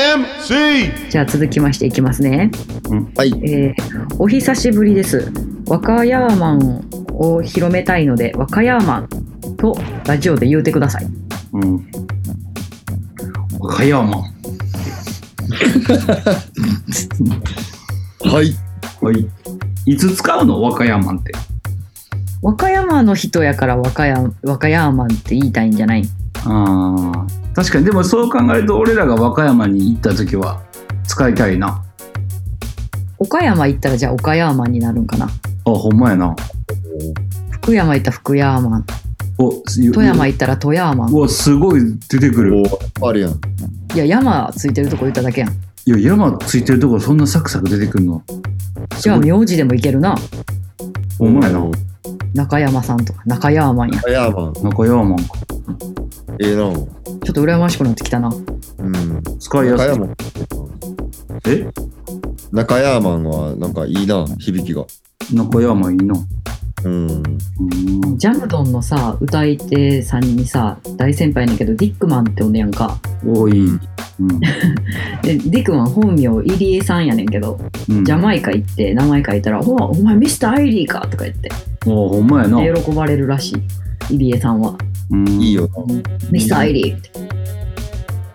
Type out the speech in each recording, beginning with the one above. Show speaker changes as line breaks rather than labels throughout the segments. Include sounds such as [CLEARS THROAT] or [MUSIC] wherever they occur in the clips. TMC!
じゃあ続きましていきますね。
はい。
えーお久しぶりです。若ヤーマンを広めたいので、若ヤーマンとラジオで言うてください。
うん。
岡 [LAUGHS] 山。はい。
はい。いつ使うの若山って。
若山の人やから若や若ヤーマンって言いたいんじゃない
ああ。確かに、でもそう考えると、俺らが和歌山に行った時は使いたいな。
岡山行ったらじゃあ岡ヤーマンになるんかな
あ、ほんまやな。
福山行ったら福ヤーマン
お、
富山行ったら富ヤーマン
うわ、すごい出てくる。
あるやん。
いや山ついてるとこ言っただけやん
いや、山ついてるところそんなサクサク出てくるの。
じゃあ名字でもいけるな
ほんまやな。
中山さんとか中ヤーマンや
岡山。
中山か。
ええな。う。
ちょっと羨ましくなってきたなん
使いや
中
すい。
山。
え
中山はなんかいいな、響きが。
中山いいな。
うん。
うん。
ジャムドンのさ歌い手さんにさ大先輩やねんけどディックマンって呼んでやんか
多い。うん。
でディックマン本名入江さんやねんけど
うん
ジャマイカ行って名前書いたら「おお前ミスターアイリーか」とか言って
おほんまやな。
で喜ばれるらしい入江さんは
うん
いい。よ
「ミスターアイリー」って、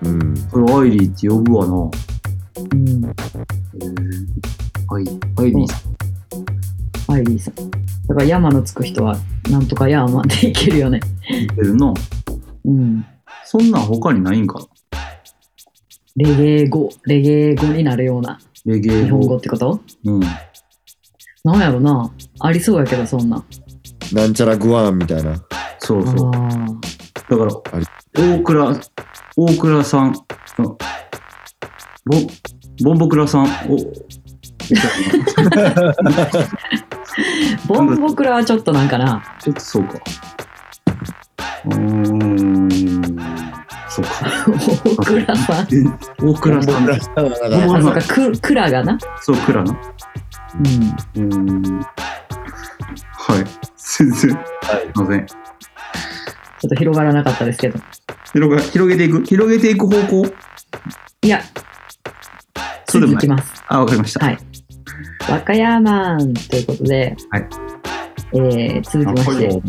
な。うん。
これ、アイリーって呼ぶわな。
うん、
アイアイリーさ
アイリーさんだから山のつく人はなんとかヤーマンでいけるよね
んいてるな。
うん
そんなん他にないんか
レゲエ語レゲエ語になるような
なレゲエ
日本語
語
っ。てこと
うん。
なんやろなありそうやけどそんな
なんちゃらグワンみたいな。
そう
あ
そう。
ー
だから
あれ、
大倉、大倉さん、あぼ、ボンボ倉さん、お、
ボンボクラはちょっとなんかな
ちょっとそうか。うーん、そう [LAUGHS] か。
大倉さん。
え大倉さん、
なんか
あ、そうか、く、くらがな。
そう、倉な。
うん。
うーん。はい。全然、すいません。
ちょっと広がらなかったですけど。
広が、広げていく広げていく方向
いや、
そうでも
続
ない
きます。
あ、わかりました。
はい。和歌山ということで、
はい
えー続きまして、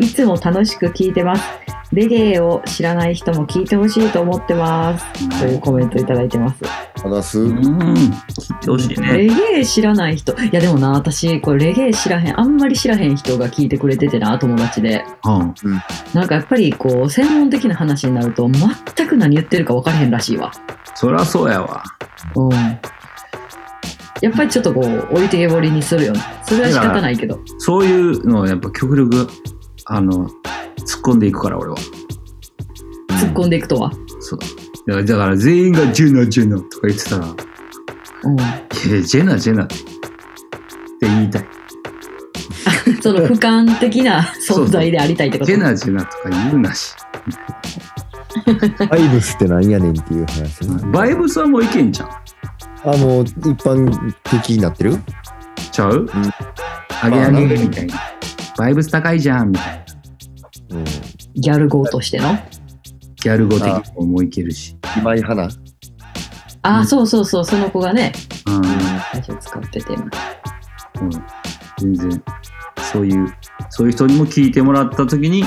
いつも楽しく聞いてます。レゲエを知らない人も聞いてほしいと思ってます。というコメントいただいてます。
話す
う。ん、切ってほしい
レ
ね。
ゲエ知らない人。いや、でもな、私、これレゲエ知らへん、あんまり知らへん人が聞いてくれててな、友達で。
うん。
なんかやっぱりこう専門的な話になると全く何言ってるか分からへんらしいわ。
そりゃそうやわ。
うん。やっぱりちょっとこう置いてけぼりにするよね。それは仕方ないけど。
そういうのをやっぱ極力、あの、突っ込んでいくから、俺は。
突っ込んでいくとは。
そうだ。だから、だから全員がジェナ、ジェナとか言ってたら、い
うん。
や、ジェナ、ジェナって言いたい。
[LAUGHS] その俯瞰的な
う
存在でありたいってこと。
ジェナ、ジェナとか言うなし。
バイブスってなんやねんっていう話。
バイブスはもういけんじゃん。
あ、もう一般的になってる
ちゃうあげあげみたいな。バイブス高いじゃん、みたいな。
うん。
ギャル語としての。あ
ギャル語的にももういけるし。
今井花。
あー、
うん
そうそうそう、その子がね、
うん。
最初使ってて。
うん、全然そういうそういう人にも聞いてもらった時に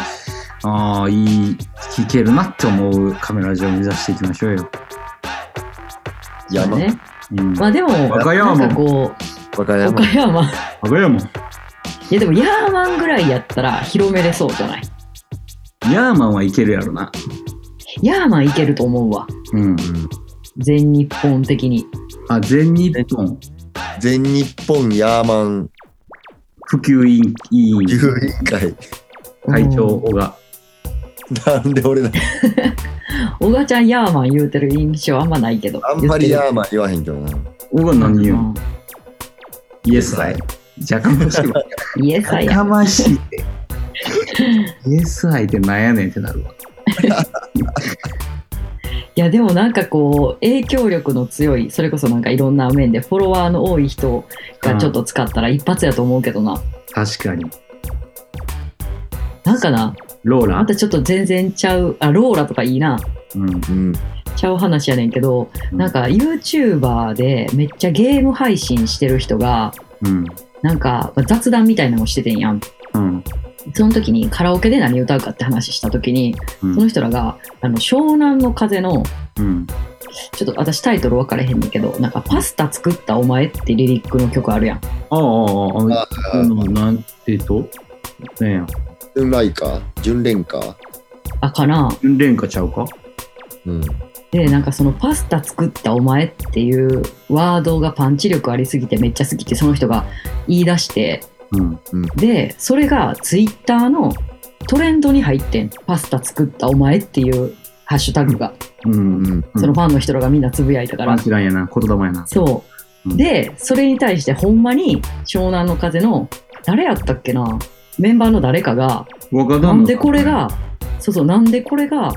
ああいい聞けるなって思うカメラジオを目指していきましょうよ。
山。
ね。
うん、
まあでも、
若山
なんかこう、
若
岡
山。
山。い
高山
やでも、ヤーマンぐらいやったら広めれそうじゃない。
ヤーマンはいけるやろな。
ヤーマンいけると思うわ。
うん、
うん
全日本的に。
あ全日本
全日本ヤーマン
普及委員委員
議員会。
会長小が
なんで俺だ。
小川ちゃんヤーマン言うてる印象あんまないけど
あんまり
ー
ヤーマン言わへんけどな。
小が何言うの
ん
イエスアイ。やかまし
[LAUGHS]
いわ。
イエスア
や
イヤ
かましいって。イエスアイってなんやねんってなるわ。
いやでもなんかこう影響力の強いそれこそなんかいろんな面でフォロワーの多い人がちょっと使ったら一発やと思うけどな、
確かに。
なんかな
ロー
ま
ラ
たちょっと全然ちゃうあローラとかいいな
うん。
うん。
ちゃう話やねんけど、なんか YouTuber でめっちゃゲーム配信してる人が、
うん。
なんか雑談みたいなのをしててんやん。
うん。
その時にカラオケで何歌うかって話した時に、
うん
その人らが、あの、湘南の風の、
うん。
ちょっと私タイトル分からへんねんけど、なんかパスタ作ったお前ってリリックの曲あるやん。
ああ、ああ、あ
あ
の、なんていうと、ねえや、
純来か純連か
あかな。
純恋歌ちゃうか
うん。
で、なんかそのパスタ作ったお前っていうワードがパンチ力ありすぎてめっちゃ好きってその人が言い出して、
うん。
で、それがツイッターのトレンドに入ってん。パスタ作ったお前っていうハッシュタグが、
うん。
ん。
うん
そのファンの人らがみんなつぶやいたから
パン。チラインやな、言霊やな。
そうう。
ん
で、それに対してほんまに湘南の風の誰やったっけなメンバーの誰かが、
若旦那
なんでこれが、そうそう、なんでこれが、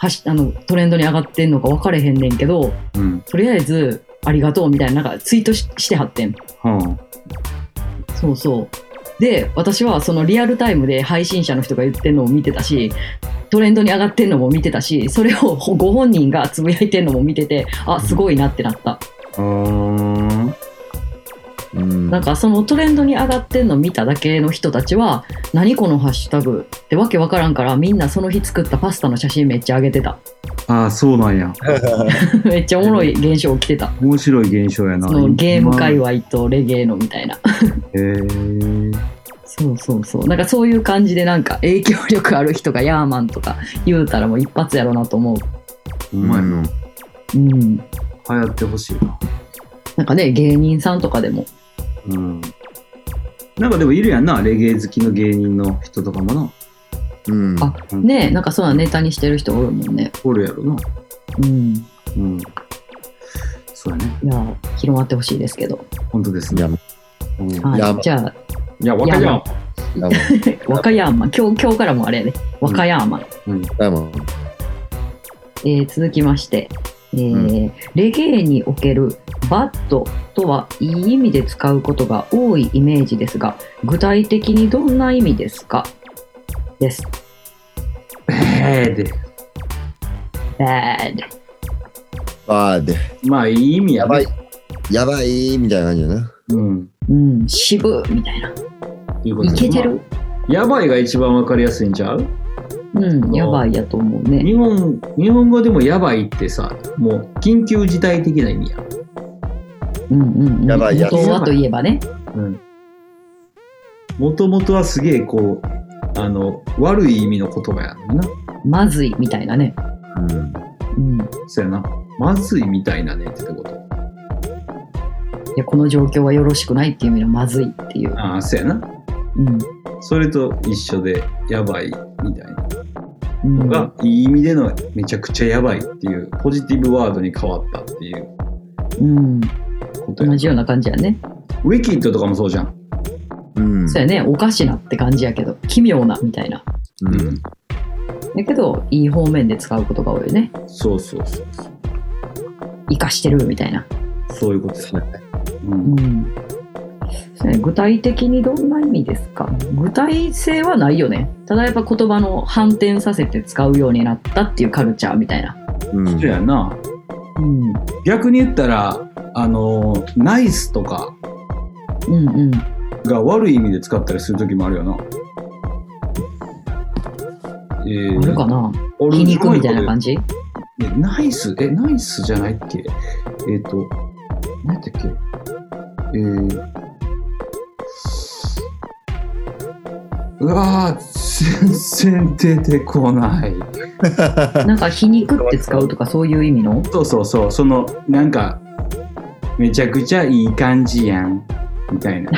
はしあのトレンドに上がってんのか分かれへんねんけど、
うん。
とりあえず、ありがとうみたいな、なんかツイートししてはってん。
は
そうそう。で、私はそのリアルタイムで配信者の人が言ってんのを見てたし、トレンドに上がってんのも見てたし、それをほご本人がつぶやいてんのも見てて、あ、すごいなってなった。
あ。あ
うん。
なんかそのトレンドに上がってんの見ただけの人たちは「何このハッシュタグ」ってわけわからんからみんなその日作ったパスタの写真めっちゃ上げてた [LAUGHS]
あ。ああ、そうなんや。
めっちゃおもろい現象起きてた
面白い現象やな。
そのゲーム界
話。
隈とレゲエのみたいな
へえ。
そうそうそうなんかそういう感じでなんか影響力ある人がヤーマンとか言うたらもう一発やろうなと思
うまい
う
な。流
うん
行ってほしいな。
なんかね芸人さんとかでも
うん。なんかでもいるやんな、レゲエ好きの芸人の人とかもな。
うん。
あねなんかそうなネタにしてる人おるもんね
おるやろな。
うんい
うん。そうやね。
や広まってほしいですけど、
本当です
い
ね。
や、
うんい
は
ヤーマ
い、
ン
じゃあ
や、わかるやん。
ヤーマン。
若ヤーマン今日今日からもあれやね若ヤーマン、
ヤーマン。
えー続きまして、えーレゲエにおけるバッドとはいい意味で使うことが多いイメージですが具体的にどんな意味ですかです。
ええで。
bad
[LAUGHS] バーで。
まあ、いい意味や
や
ね
ばい。やばいみたいな感じだな。
うん。
うん渋みたいな
いうこと
い
で
けてる、
まあやばいが一番わかりやすいんちゃう
うんやばいやと思うね
日本日本語でもやばいってさ、もう緊急事態的な意味や。
うんうんうん
やばいやつ
本当はといえばね
うん。もともとはすげえこう、あの、悪い意味の言葉やねんな。
まずいみたいなね
うん。
うんい
そうやな。まずいみたいなねってこと。
やこの状況はよろしくないっていう意味のまずいっていう、
ああ、そうやな。
うん
それと一緒で、やばいみたいな
うん、
のが、いい意味でのめちゃくちゃやばいっていう、ポジティブワードに変わったっていう
うん、
ことや
同。じような感じやね
ウィキッドとかもそうじゃん。
うん。
そうやね、おかしなって感じやけど、奇妙なみたいな。
うん。
だけど、いい方面で使うことが多いよね。
そうそうそうそう。
生かしてるみたいな。
そういうことや。
そうやね
うん。
うん。そうね具体的にどんな意味ですか具体性はないよね。ただやっぱ言葉の反転させて使うようになったっていうカルチャーみたいな。
うん。
そうやな。
うん。うん
逆に言ったら、あの、ナイスとか
うん。
が悪い意味で使ったりする時もあるよな。えー
あるかな
俺
皮肉みたいな感じ
え、ナイス、え、ナイスじゃないっけえっ、と、何やったっけえー、うわー、全然出てこない。
なんか皮肉って使うとかそういう意味の [LAUGHS]
そうそうそう、その、なんか、めちゃくちゃいい感じやん、みたいな。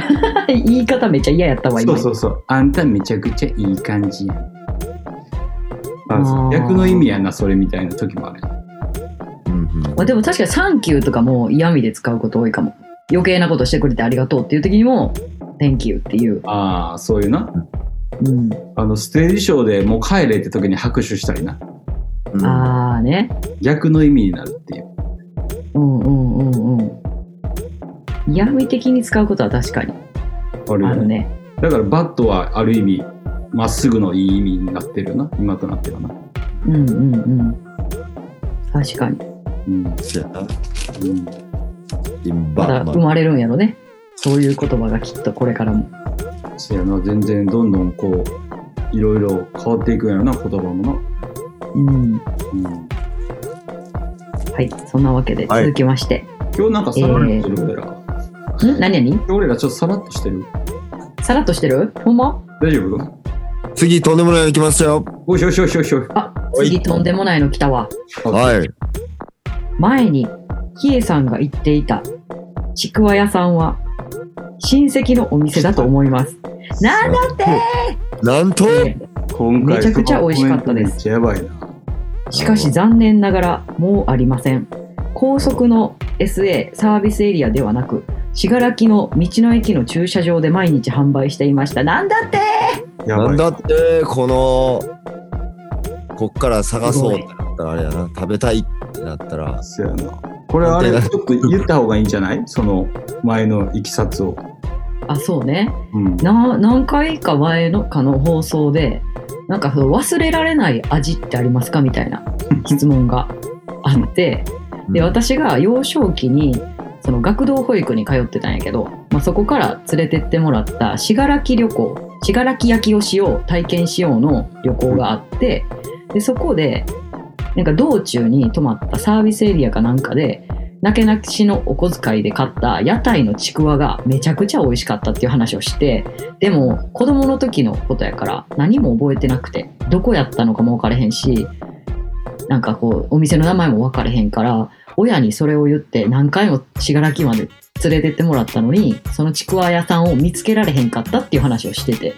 言い方めっちゃ嫌やったわ、
[LAUGHS] そ
今。
うそうそう、あんためちゃくちゃいい感じやん。
あ
あ
ー
逆の意味やな、それみたいな時もある。
うん。
まあ、でも確かに「サンキュー」とかも嫌味で使うこと多いかも余計なことしてくれてありがとうっていう時にも「Thank you」っていう、
ああ、そういうな。
うん、
あの、ステージショーでもう帰れって時に拍手したりな。
うん。
ああね
逆の意味になるっていう。
うんうんうんうん嫌味的に使うことは確かに
ある
あ
よ
る
ね。
ね
だからバットはある意味、まっすぐのいい意味になってるよな。今となってはな。
うんうんうん確かに。
うん。
そうやな。
うん
ま
バ
だ
ン
生まれるんやろね。そういう言葉がきっとこれからも。
そうやな、全然どんどんこう、いろいろ変わっていくんやろな、言葉もな。
うん。は
うん、
い。そんなわけで
はい
続きまして。
今日なんかさらっとしてる、俺ら。
ん何何
俺らちょっとさらっとしてる。
さらっとしてるほんま
大丈夫
次、とんでもないの来ましたよ。
おいしょおいしょおいしょおいしょ。
あ、
はい
次とんでもないの来たわ。
はい。
前に、ヒエさんが言っていた、ちくわ屋さんは、親戚のお店だと思います。なんだって
なんと、
今回
めちゃくちゃ美味しかったです
めっちゃやばいな。
しかし残念ながらもうありません高速の SA サービスエリアではなく信楽の道の駅の駐車場で毎日販売していましたなんだって
やば
ないんだって、この、こっから探そうってなったらあれやな。食べたいってなったら、
そうやな。これあれ、ちょっと言った方がいいんじゃないその前のいきさつを。
あそうね
うん。
な何回か前のかの放送でなんかその忘れられない味ってありますかみたいな質問があってで
うん
私が幼少期にその学童保育に通ってたんやけど、まあ、そこから連れてってもらった信楽旅行信楽焼きをしよう体験しようの旅行があってでそこでなんか道中に泊まったサービスエリアかなんかでなけなきしのお小遣いで買った屋台のちくわがめちゃくちゃ美味しかったっていう話をしてでも子供の時のことやから何も覚えてなくてどこやったのかも分からへんしなんかこうお店の名前も分からへんから親にそれを言って何回も信楽まで連れてってもらったのにそのちくわ屋さんを見つけられへんかったっていう話をしてて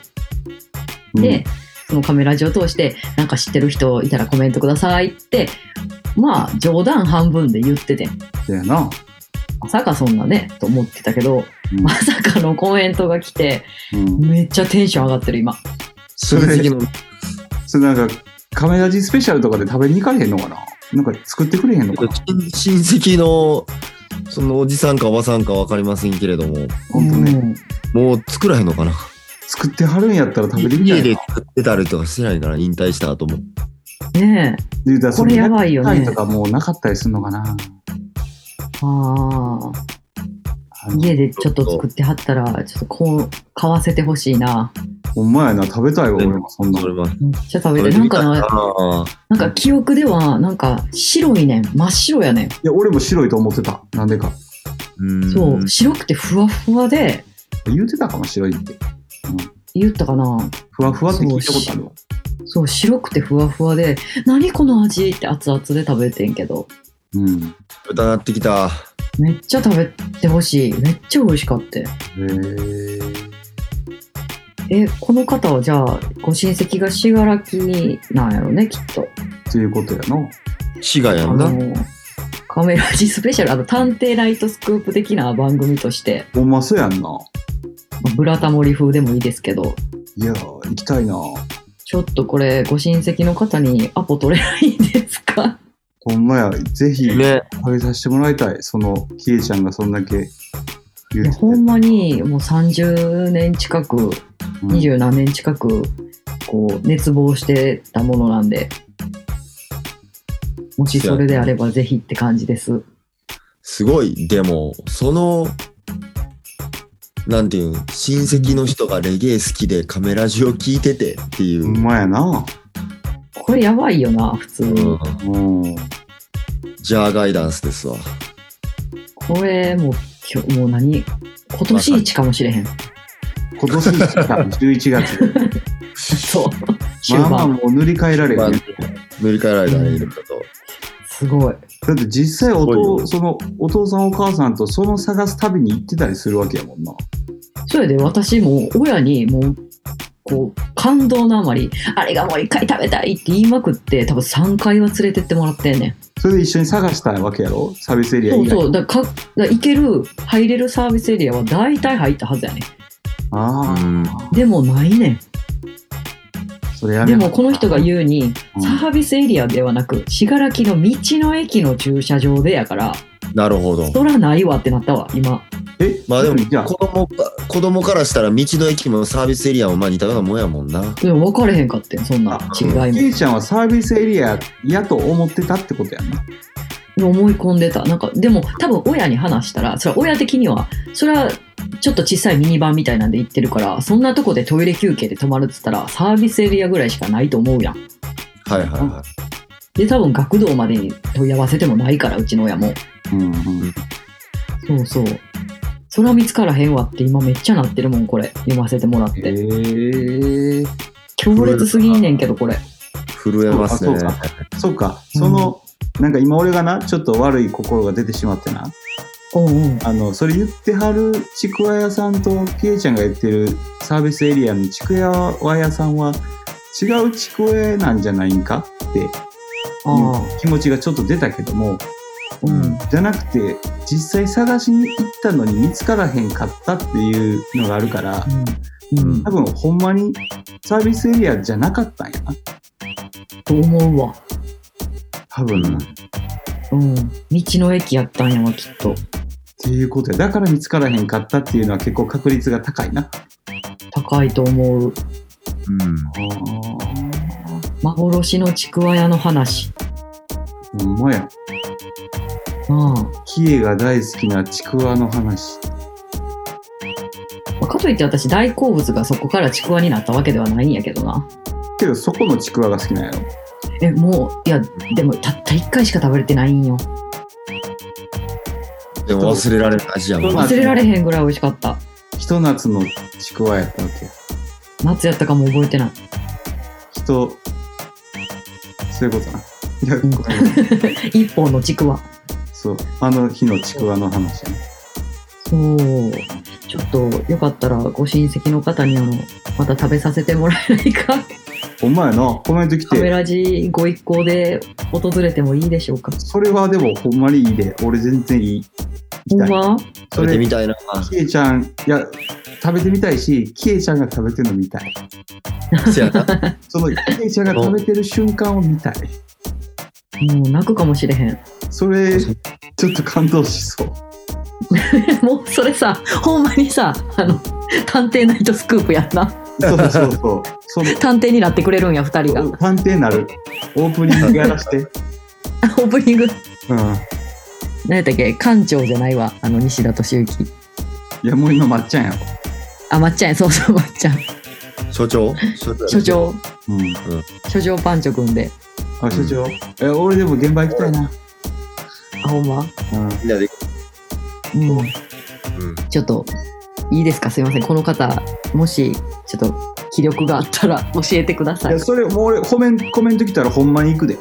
で、そのカメラジを通して、なんか知ってる人いたらコメントくださいって、まあ、冗談半分で言ってて、
うん、そうやな。
まさかそんなね、と思ってたけど、
うん
まさかのコメントが来て、
うん。
めっちゃテンション上がってる、今。
そ
親
れ
戚の、
それなんか、カメラジスペシャルとかで食べに行かれへんのかななんか作ってくれへんのかな
親戚の、そのおじさんかおばさんかわかりませんけれども、
本当ね。
うん
もう作らへんのかな。
作ってはるんやったら食べてみた
家で
いな。
作ってたりとかしてないから、引退した後も。
ねえ。
で言うたら
これやばいよね
その屋台とかもうなかったりするのかな
ああ。
あの
家でちょっと作ってはったら、ちょっとこう、買わせてほしいな。
ほんまやな、食べたいわ、俺もそんな
それ
の。
は。
めっちゃ食べて、なんかな、
あ
なんか記憶では、なんか白いねん。真っ白やねん。
いや、俺も白いと思ってた。なんでか。
ー
そう、。白くてふわふわで、
言うてたかも、白いって。
言ったかな
ふわふわって聞いたことあるわ。
そう白くてふわふわで「何この味!」って熱々で食べてんけど
うん。
豚なってきた。
めっちゃ食べてほしいめっちゃ美味しかった
へー
えこの方はじゃあご親戚が信楽なんやろねきっと
っていうことやな。
滋賀や
あ
んな。
のカメラジスペシャルあの探偵ライトスクープ的な番組として、
ほんまそうやんな。
まあブラタモリ風でもいいですけど
いやー、行きたいな。
ちょっとこれご親戚の方にアポ取れないですか
ほんまや、ぜひ食
ね。
べさせてもらいたい。その、キエちゃんがそんだけ言
いうや
てて。
ほんまにもう30年近く
うん
二十何年近くこう熱望してたものなんでもしそれであればぜひって感じです
すごい。でも、その、なんていうん、親戚の人がレゲエ好きでカメラジを聞いててっていう。
ほんまやな。
これやばいよな普通
う
に
ん
うん。
ジャーガイダンスですわ。
これもうきょもう何今年一かもしれへん
今年11月。
[LAUGHS] そう [LAUGHS] 終
まあまあ
盤
もう塗り替えられるね。
塗り替えられたらいいけど。
すごい
だって実際お
すごい
父
よ
そのお父さんお母さんとその探す旅に行ってたりするわけやもんな。
それで私も親にもうこう感動のあまりあれがもう一回食べたいって言いまくって多分3回は連れてってもらってんねん
それで一緒に探したいわけやろサービスエリア
そう
以外。
そうだからかだから行ける入れるサービスエリアは大体入ったはずやねん
ああ、
うん
でもないね
それや
ん。
め
で
な
もこの人が言うに、
うん
サービスエリアではなく、信楽の道の駅の駐車場でやから、
なるほど。
そらないわってなったわ、今。
え
まあでも、
じゃあ
子供か、子供からしたら道の駅もサービスエリアもまあ似たようなもんやもんな。
でも分かれへんかってんそんな違いも
ケイちゃんはサービスエリアやと思ってたってことやな。
思い込んでたなんかでも多分親に話したらそれは親的にはそれはちょっと小さいミニバンみたいなんで行ってるからそんなとこでトイレ休憩で泊まるっつったらサービスエリアぐらいしかないと思うやん
はいはいは
で多分学童までに問い合わせてもないからうちの親も
うんうん。
そうそうそれは見つからへんわって今めっちゃなってるもんこれ読ませてもらっ
ええ
て
ー。
強烈すぎんねんけどこれ
い。震えますね
そう。かそうか、その、なんか今俺がな、ちょっと悪い心が出てしまってな。
うんうん
あの、それ言ってはるちくわ屋さんとケイちゃんが言ってるサービスエリアのちくわ屋さんは違うちくわ屋なんじゃないんかっていう
ああ
気持ちがちょっと出たけども、
うん
じゃなくて実際探しに行ったのに見つからへんかったっていうのがあるから、
うん、う
うんん
多分ほんまにサービスエリアじゃなかったんやな。
と思うわ、
多分な。
うん
っ
うん、道の駅やったんやわきっと
ていうことや。だから見つからへんかったっていうのは結構確率が高いな。
高いと思う
うん。
幻のちくわ屋の話
ほんまや。
あ
キエが大好きなちくわの話。
あかといって私大好物がそこからちくわになったわけではないんやけどな
けど、そこのちくわが好きなんやろ。
えもういやでもたった1回しか食べれてないんよ
でも忘れられない味やもん
まあ
な。
忘れられへんぐらい美味しかった
ひと夏のちくわやったわけや。
夏やったかも覚えてない
ひと、そういうことな。いや、
ん
ごめん
一本のちくわ
そう。あの日のちくわの話やね。
そうちょっとよかったらご親戚の方にあのまた食べさせてもらえない
[LAUGHS]
か
ほんまやな。コメント来
カメ
て。
ラジご一行で訪れてもいいでしょうか
それはでもほんまにいいで。俺全然いい。
ほんま
そ
食べて
れ
み、たいな。
[LAUGHS] キエちゃん、いや、食べてみたいし、キエちゃんが食べてるの見たい。
せやな。
その、キエちゃんが食べてる瞬間を見たい。
もう泣くかもしれへん
それ、ちょっと感動しそう。
もうそれさほんまにさあの探偵ナイトスクープやんな
そうそうそう。その
探偵になってくれるんや2人が
探偵なる。オープニングやらして。
オープニング
うん。
何やったっけ館長じゃないわあの西田敏行
いや、もう今、まっちゃんやろ。
あまっちゃんやそうそうまっちゃん
所長所長
所。長
うん。
所長パンチョくんで
あ、社長。え、俺でも現場行きたいな。
あほんま
うん。
みんなで。
うん
うん。
ちょっといいですかすいませんこの方もしちょっと気力があったら教えてくださ
い
い
や、それ、もう俺、コメント、コメント来たらほんまに行くで。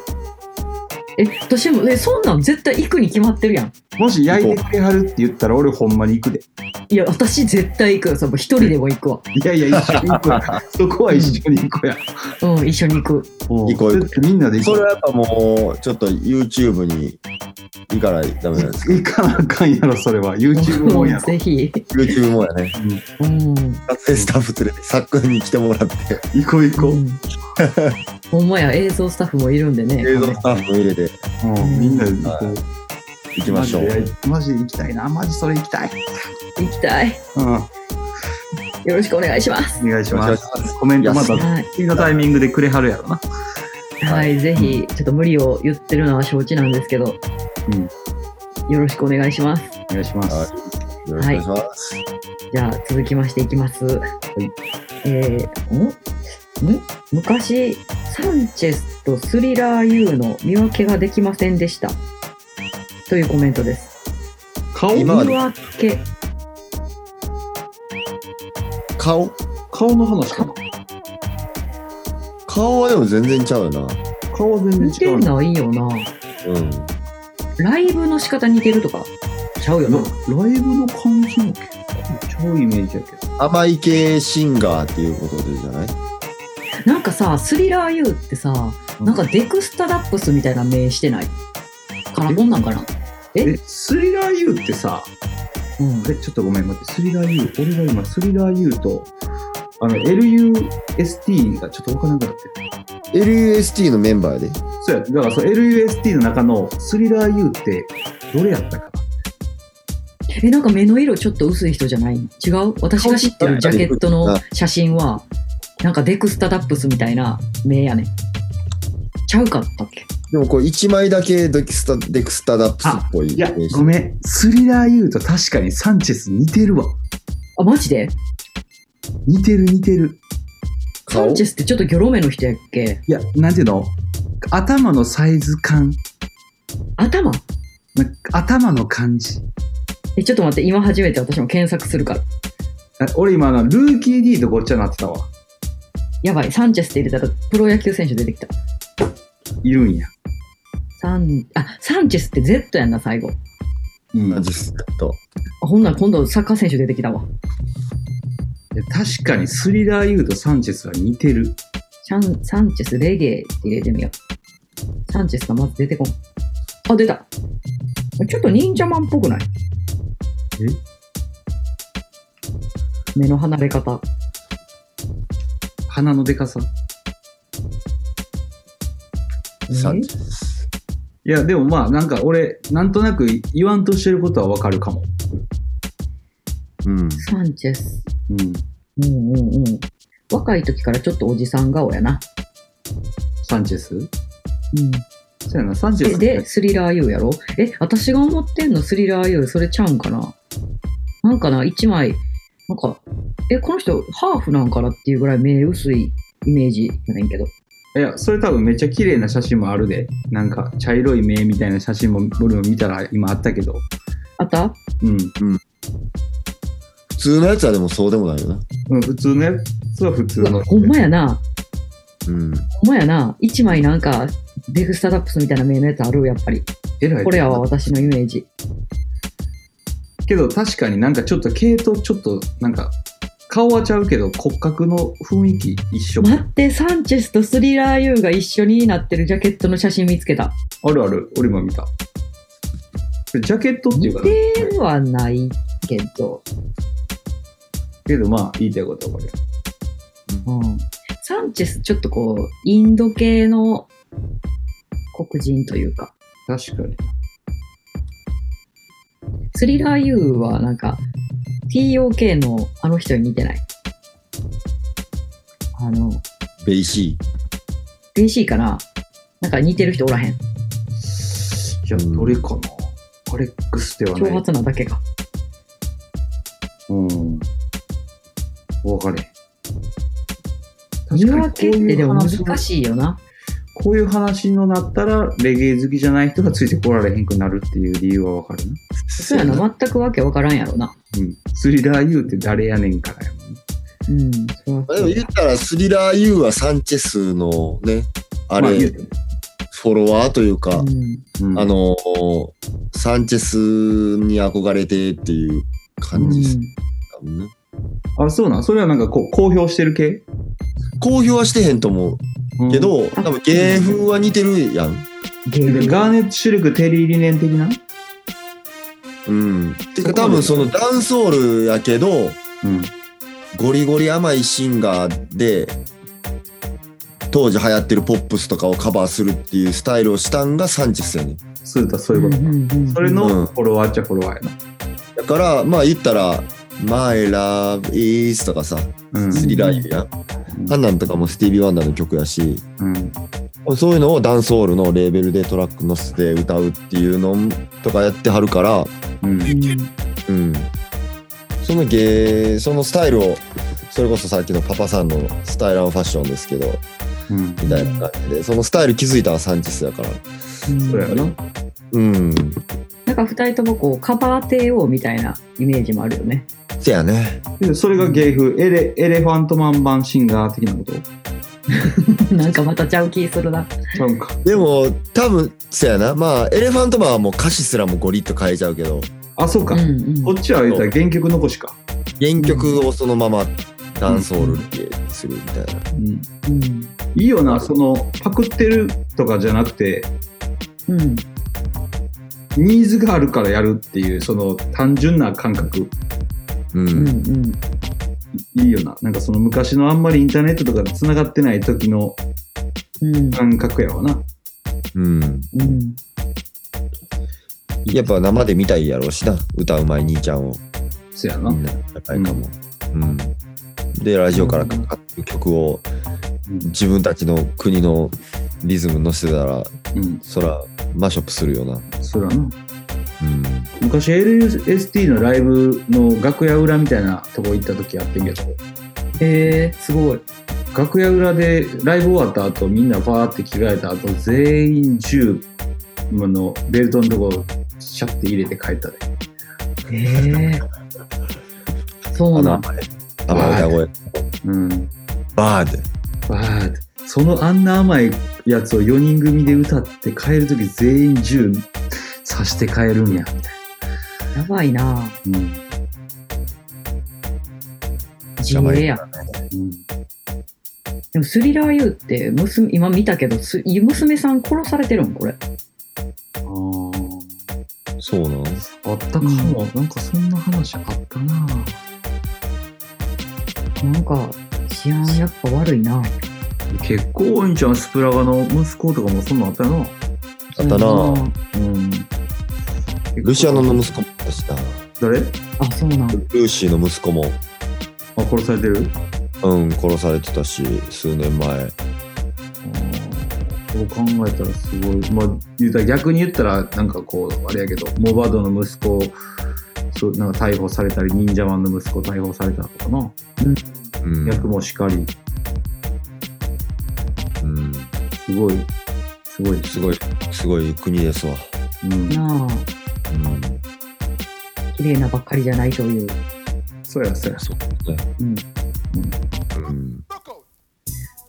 え私もえそんなん絶対行くに決まってるやん
もし焼いてくれはるって言ったら俺ほんまに行くで。
いや私絶対行くその一人でも行くわ
いやいや、一緒に行こう [LAUGHS] や。そこは一緒に行こうや。
うん一緒に行く
行
こう行こう
みんなで行こ
それ
う。
はやっぱもう、ちょっと YouTube に行かないとダメなんですか
行かなあかんやろ、それは。YouTube もんやろ。
ぜひ
?YouTube もやね。
うん
撮影スタッフ連れて、サックンに来てもらって、
行こう行こう。
ほんまや映像スタッフもいるんでね
映像スタッフも入れて
うんみんなで行こう。
行きましょう。
マジで行きたいな。マジそれ行きたい。
行きたい
うん。
よろしくお願いします
お願いしま
お願い
す。コメントまた
はい、
次のタイミングでくれはるやろな。
はいぜひちょっと無理を言ってるのは承知なんですけど、よろしくお願いします
お願いします。
はい。よろしくお願いします。
じゃあ続きましていきます。
い
えーんん昔サンチェスとスリラー U の見分けができませんでしたというコメントです。
顔
今ま
見
で
分け
顔
顔の話かな
顔はでも全然ちゃうよな。
顔は全
似
然違
て
うな。
ないよな。
うん。
ライブの仕方似てるとかちゃうよな。
ライブの感じも結構超イメージやけど。
甘い系シンガーっていうことでじゃない
なんかさスリラー U ってさなんかデクスタダップスみたいな名してないカラコンなんかな。
え、スリラー U ってさ、
うん
あれちょっとごめん待って、スリラー U、俺が今スリラー U と、あの、LUST がちょっとわからなくなってる。
?LUST のメンバーで。
そうや、だからそう LUST の中のスリラー U ってどれやったかな
え、なんか目の色ちょっと薄い人じゃない違う私が知ってるジャケットの写真は、なんかデクスタダップスみたいな目やねん。ちゃうかったっけ
でもこれ1枚だけデクスタ、デクスタダップスっぽい。
いや、ごめん。スリラー言うと確かにサンチェス似てるわ。
あ、マジで
似てる似てる。
サン
顔
チェスってちょっとギョロ目の人やっけ
いや、なんていうの頭のサイズ感。
頭
なんか頭の感じ。
え、ちょっと待って、今初めて私も検索するから。
あ俺今あの、ルーキー D とごっちゃになってたわ。
やばい、サンチェスって入れたらプロ野球選手出てきた。
いるんや。
サン、あ、サンチェスって Z やんな、最後。
うん。
なんですと。
あほんなら今度サッカー選手出てきたわ。
確かにスリラー言うとサンチェスは似てる。
シャン、サンチェス、レゲエって入れてみよう。サンチェスがまず出てこん。あ、出た。ちょっと忍者マンっぽくない
え
目の離れ方。
鼻のでかさ。
サン
え
チェス。
いや、でもまあ、なんか俺、なんとなく言わんとしてることはわかるかも。
うん。
サンチェス。
うん。
うんうんうん。若い時からちょっとおじさん顔やな。
サンチェス
うん。
そうやな、サンチェ
で
ス。
で、スリラー U やろえ、私が思ってんのスリラー U、それちゃうんかななんかな、一枚、なんか、え、この人、ハーフなんかなっていうぐらい目薄いイメージやねんけど。
いや、それ多分めっちゃ綺麗な写真もあるで。なんか、茶色い目みたいな写真も俺も見たら今あったけど。
あった
うん。
普通のやつはでもそうでもないよな。
うん、普通のやつは普通
う
の
わ。ほんまやな、
うん。
ほんまやな、一枚なんか、デグスタダップスみたいな目のやつある、やっぱり。
えらい。
これやわ、私のイメージ。
けど確かになんかちょっと系統ちょっとなんか顔はちゃうけど骨格の雰囲気一緒
待って、サンチェスとスリラー U が一緒になってるジャケットの写真見つけた。
あるある俺も見たジャケットってい
似
うかな
てはないけど。
けどまあ言いたいことはこれ
うんサンチェス、ちょっとこう、インド系の黒人というか、
確かに
スリラー U はなんか、TOK のあの人に似てない。あの、
ベイシ
BC かななんか似てる人おらへん。
いや
うん
どれかな、アレックスでは
挑
ない
発なだけか。
うん分かれへん
見分けってでも
こういう
難
話
しいよな。
こういう話になったらレゲエ好きじゃない人がついてこられへんくなるっていう理由はわかるな
ー。
そうやな、全くわけわからんやろな。
うんスリラー U って誰やねんからやもんね
うん、それは
まあでも言ったらスリラー U はサンチェスのね、あ
ま言う
れ、
ても
フォロワーというか、
うん
うん
あのー、サンチェスに憧れてっていう感じですもんね。
あ、そうなんそれはなんかこう、公表してる系
公表はしてへんと思うけ、
うん
ど、多分芸風は似てるやん。
ゲー
で
ム
ガーネットシルク、テリー・リネン的な
うん。て
そ
か
こま
多
で
分そのダンソールやけど、
うん。
ゴリゴリ甘いシンガーで、当時流行ってるポップスとかをカバーするっていうスタイルをしたんがサンチェスやねん。
そういったそういうこと。
んんん
それ
う
の
ん
フォロワーっちゃフォロワーや
だから、まあ言ったら、My Love Is とかさ、
な。うん
スリラーやん。ハンナンとかもスティービー・ワンダーの曲やし、
うん。
そういうのをダンソールのレーベルでトラック載せて歌うっていうのとかやってはるから、
うん。
う
うん。その芸、そのスタイルを、それこそさっきのパパさんのスタイラーファッションですけど、
うん。
みたいな感じで、そのスタイル気づいたのはサンチェスだから。
ん
そうやな。
うん。
なんか二人ともこうカバー帝王みたいなイメージもあるよ [LAUGHS] ね。
せやね。
けどそれが芸風、エレ、エレファントマン版シンガー的なこと
なんかまたちゃう気するな。
ちゃうんか。
でも、多分、せやな。まあ、エレファントマンはもう歌詞すらもゴリッと変えちゃうけど、
あ、そうか。
ん
こっちは言ったら原曲残しか。
原曲をそのままダンソールでするみたいな。
うん。
うん
いいよな、その、パクってるとかじゃなくて、
うん
ニーズがあるからやるっていう、その単純な感覚。
うん。
うんうん
いいよな。なんかその昔のあんまりインターネットとかで繋がってない時の
うん
感覚やわな。
うん。
うん
やっぱ生で見たいやろうしな、歌うまい兄ちゃんを。
そやな。
みんな、高いかも。うん。で、ラジオからかかってる曲を
うん
自分たちの国のリズム乗せてたら、
うん。
そら、マッシュアップするよな。
そやな。
うん。
昔 LST のライブの楽屋裏みたいなとこ行った時あってんけど、
へえ、すごい。
楽屋裏でライブ終わった後みんなバーって着替えた後全員銃のベルトのとこシャッて入れて帰ったで
へ [LAUGHS] え。そうなん。
甘い歌声。
うん
バーで。
バーってそのあんな甘いやつを4人組で歌って帰る時全員銃刺して帰るんや
やばいな。
みたい
自衛や。
な、
でもスリラー U って娘、今見たけど、す娘さん殺されてるんこれ。
うん
そうなん
あああったかも、なんかそんな話あったな
なんか、治安やっぱ悪いな。
結構多いんちゃうスプラガの息子とかもそんなんあったよな
あったな
うん
ルシアノの息子もだしな。
誰あ
あ、そうなん。
ルーシーの息子も、
殺されてる
うん、殺されてたし、数年前。
そう考えたらすごい、まあ、言うたら逆に言ったらなんかこうあれやけどモバドの息子そうなんか逮捕されたり忍者マンの息子逮捕されたとかな、
うん。
役もしかり
うん。
すごいすごいです、
すごい、すごい国ですわ。
うん、
な
うん。
あ、綺麗なばっかりじゃないという。
そうやそうや
そうね。
うん。
うん。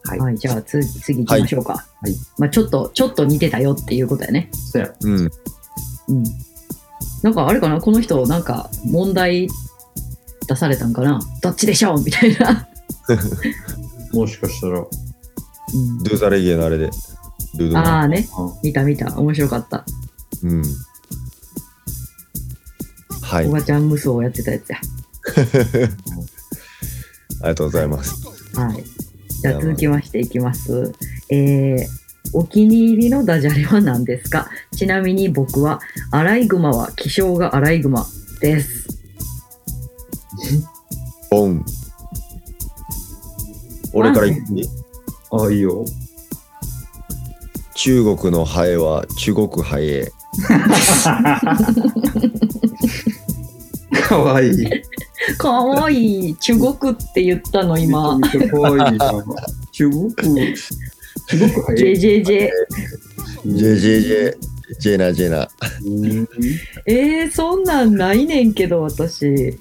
はい
はい、じゃあ次、次行きましょうか。はいまあ、ちょっと、ちょっと似てたよっていうことやね。
そうや
うん。
うん。なんかあれかなこの人、なんか問題出されたんかなどっちでしょうみたいな。
もしかしたら
うん
ドゥーザレゲエのあれで。ドゥドゥ
あ
の。
あね、
あ
見た見た。面白かった。
うん。はい。[LAUGHS]
お
あ
ばちゃん無双をやってたやつや。
りがとうございます。
はい。じゃあ続きましていきます。えー、お気に入りのダジャレは何ですかちなみに僕は、アライグマは気性がアライグマです。
ボン。俺から言っていい
あいいよ
中国のハエは中国ハエ。
かわいい
かわいい。中国って言ったの今。
めちゃめちゃかわ [LAUGHS] いいな中国中国早い
JJJ。
JJJ。ジェナジェナ。
うん
えー、そんなんないねんけど、私。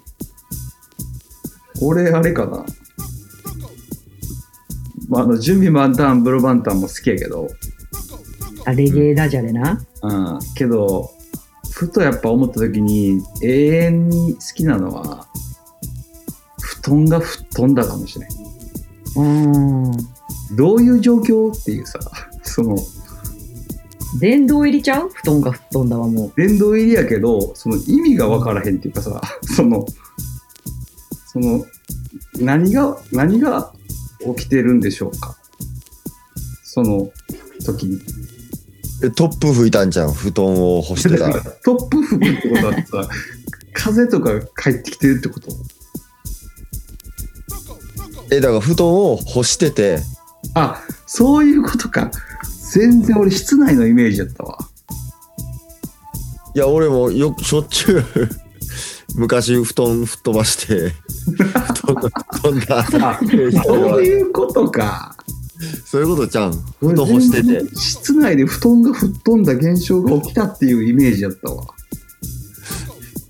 俺あれかな、まあ、あの準備万端ブロバンタンも好きやけど、
あ、レゲエダジャレな。
うん、けどふとやっぱ思った時に永遠に好きなのは布団が吹っ飛んだかもしれん
うん。
どういう状況っていうさその
殿堂入りちゃう布団が吹っ飛んだわ、もう。
殿堂入りやけどその意味が分からへんっていうかさそのその何が何が起きてるんでしょうかその時に
えトップ吹いたんじゃん。布団を干して
[LAUGHS]
た。
トップ服ってことだ
[LAUGHS]
ったら風とか帰ってきてるってこと
え、だから布団を干してて、
あそういうことか全然俺室内のイメージだったわ
いや、俺もよくしょっちゅう。 [LAUGHS] 昔布団吹っ飛ばして布団が飛んだ
あそういうことか
そういうことちゃん布団干して
俺
て
全然室内で布団が吹っ飛んだ現象が起きたっていうイメージだったわ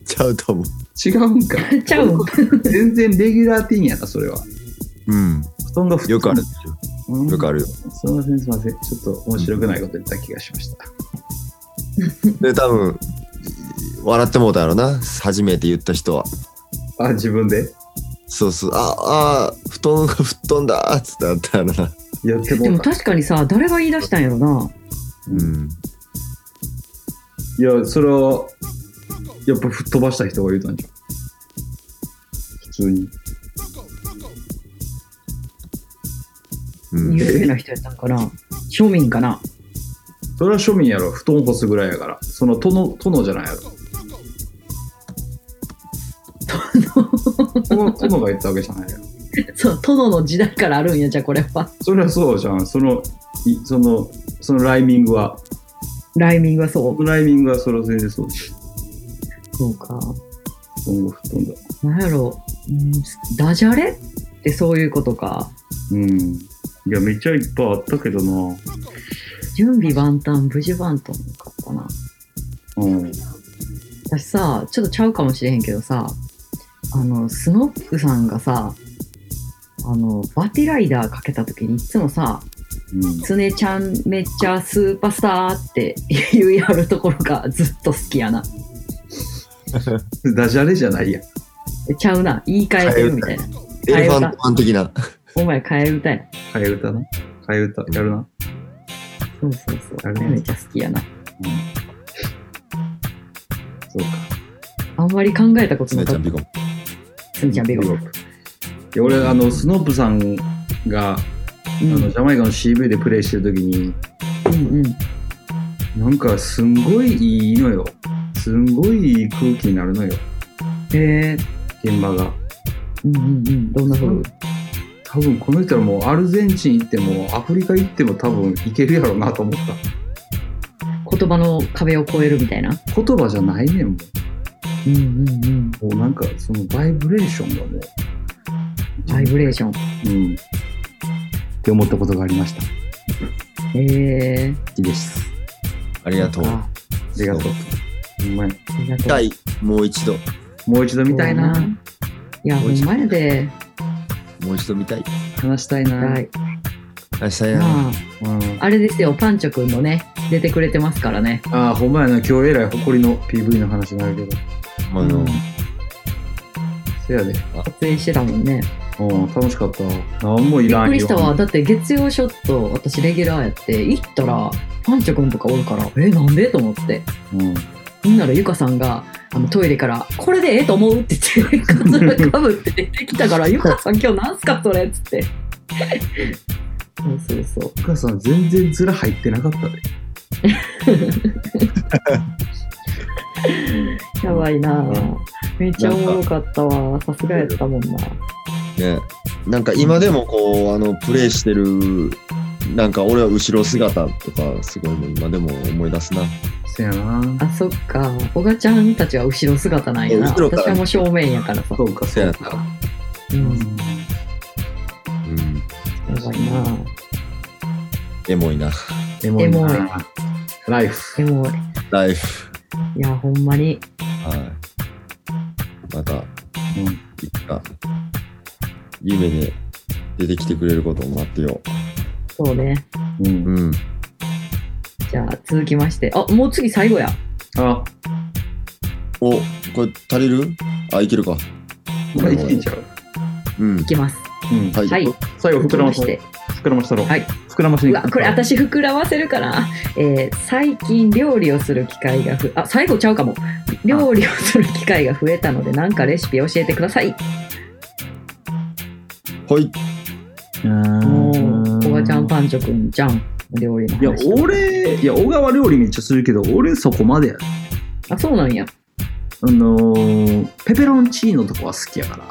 ちゃうと思う
違うんか
ちゃうん
全然レギュラーティンやなそれは
うん
布団が吹っ飛んだ
よくある
うん
よくあるよ
すみませんすみませんちょっと面白くないこと言った気がしました
で多分笑ってもうたやろな初めて言った人は
あ自分で
そうそうああ布団 [LAUGHS] が吹っ飛んだーっつってあったやろな
やって
で
も
も
うた
確かにさ、誰が言い出したんやろな。
うん
いやそれはやっぱ吹っ飛ばした人が言うたんじゃん普通に
うん
有名な人やったんかな。庶民かな。
それは庶民やろ、布団干すぐらいやから。その殿、殿じゃないやろ。その殿が言ったわけじゃないやろ。
そう、殿の時代からあるんや、じゃあこれは。
それはそうじゃん。その、いその、そのライミングは。
ライミングはそ
そのライミングはそれは全然そうです。
う。そうか。
布団が布団だ。
なんやろう、うん、ダジャレってそういうことか。
うん。いや、めっちゃいっぱいあったけどな。
準備万端、無事万端かったな。
うん。
私さ、ちょっとちゃうかもしれへんけどさ、あの、スノックさんがさ、あの、バティライダーかけた時にいつもさ、
うん
つねちゃんめっちゃスーパースターって言いやるところが [LAUGHS] ずっと好きやな。
ダジャレじゃないやん。
ちゃうな。言い換えてるみたいな。
エレファントマン的な。
お前替え歌や。
替え歌な。替え歌やるな。
そうそう
あ
そう。
れ
めっちゃ好きやな。
そうか。
あんまり考えたこと
つねち
なか
ゃ
っ
ん
た
ビ。コン。
つねちゃんビゴ。
いや俺、あの、スノープさん
う
が、あ
ん
の、ジャマイカの CV でプレイしてるときに、
うんうん。
なんかすんごいいいのよ。すんごいいい空気になるのよ、
へえ。
現場が。
うんうんうん。どんな風に
多分この人はもうアルゼンチン行ってもアフリカ行っても多分行けるやろうなと思った。
言葉の壁を越えるみたいな。
言葉じゃないねんも
うんうんうん。
う。もうなんかそのバイブレーションがもう。
バイブレーション。
うん。って思ったことがありました。好
へえ。
きです。
ありがとう。
あ
ありがとう。うまい。
ありがとう
一。回、もう一度、
もう一度見たいな。。
いや、ほんまやで。
もう一度見たい。
話したいな。
はい。
明日やな。
まあ、
うん、
あれですよ、パンチョくんのね、出てくれてますからね。
ああ、ほんまやな。今日えらい誇りの PV の話になるけど。
まああの、
せやで。
撮影してたもんね。
うん、楽しかった。なんもい
びっ
らんよ。
くりしたわ。だって月曜ショット、私レギュラーやって、行ったら、パンチョくんとかおるから、え、なんでと思って。
うん。
ほんならゆかさんが、あのトイレから、これでええと思うって言って、カツラかぶって出てきたから、ゆかさん今日なんすかそれっつって。そうそうそう。
お母さん全然ズラ入ってなかったで。
やばいなぁ。めっちゃおもろかったわ。さすがやったもんな。
ね、なんか今でもこう、あの、プレイしてる、なんか俺は後ろ姿とか、すごいもう今でも思い出すな。
せやな。
あ、そっか。おがちゃんたちは後ろ姿なんやな。
後ろから
私はもう正面やからさ。
そうか、そう
せや
か。
うん。や
うん。
ばいなぁ。
エモいな。
エモい
エモい
な。ライフ。
でも、
ライフ。
いや、ほんまに。
はい。また、
うん
いつか、夢で出てきてくれることを待ってよ
そうね。
うん
う。うん。
じゃあ、続きまして。あ、もう次最後や。
あ、
お、これ足りるあ、いけるか。
まあ、いけんちゃ
う
う。
ん
い。きます。
うん。
はい。
はい。
最後、膨らまし
して
て。。膨らましたろ。
はい。
膨らまし
う
に
わ、これ私膨らませるかな。えー最近料理をする機会がふ、あ、最後ちゃうかも。料理をする機会が増えたので、なんかレシピ教えてください。
ほい。
う
もう、
ー
おがちゃん、パンチョくんじゃん。料理の
いや
話。、
俺、いや、小川料理めっちゃするけど、俺そこまでや。
あ、そうなんや。
あのー、ペペロンチーノとかは好きやから。
あ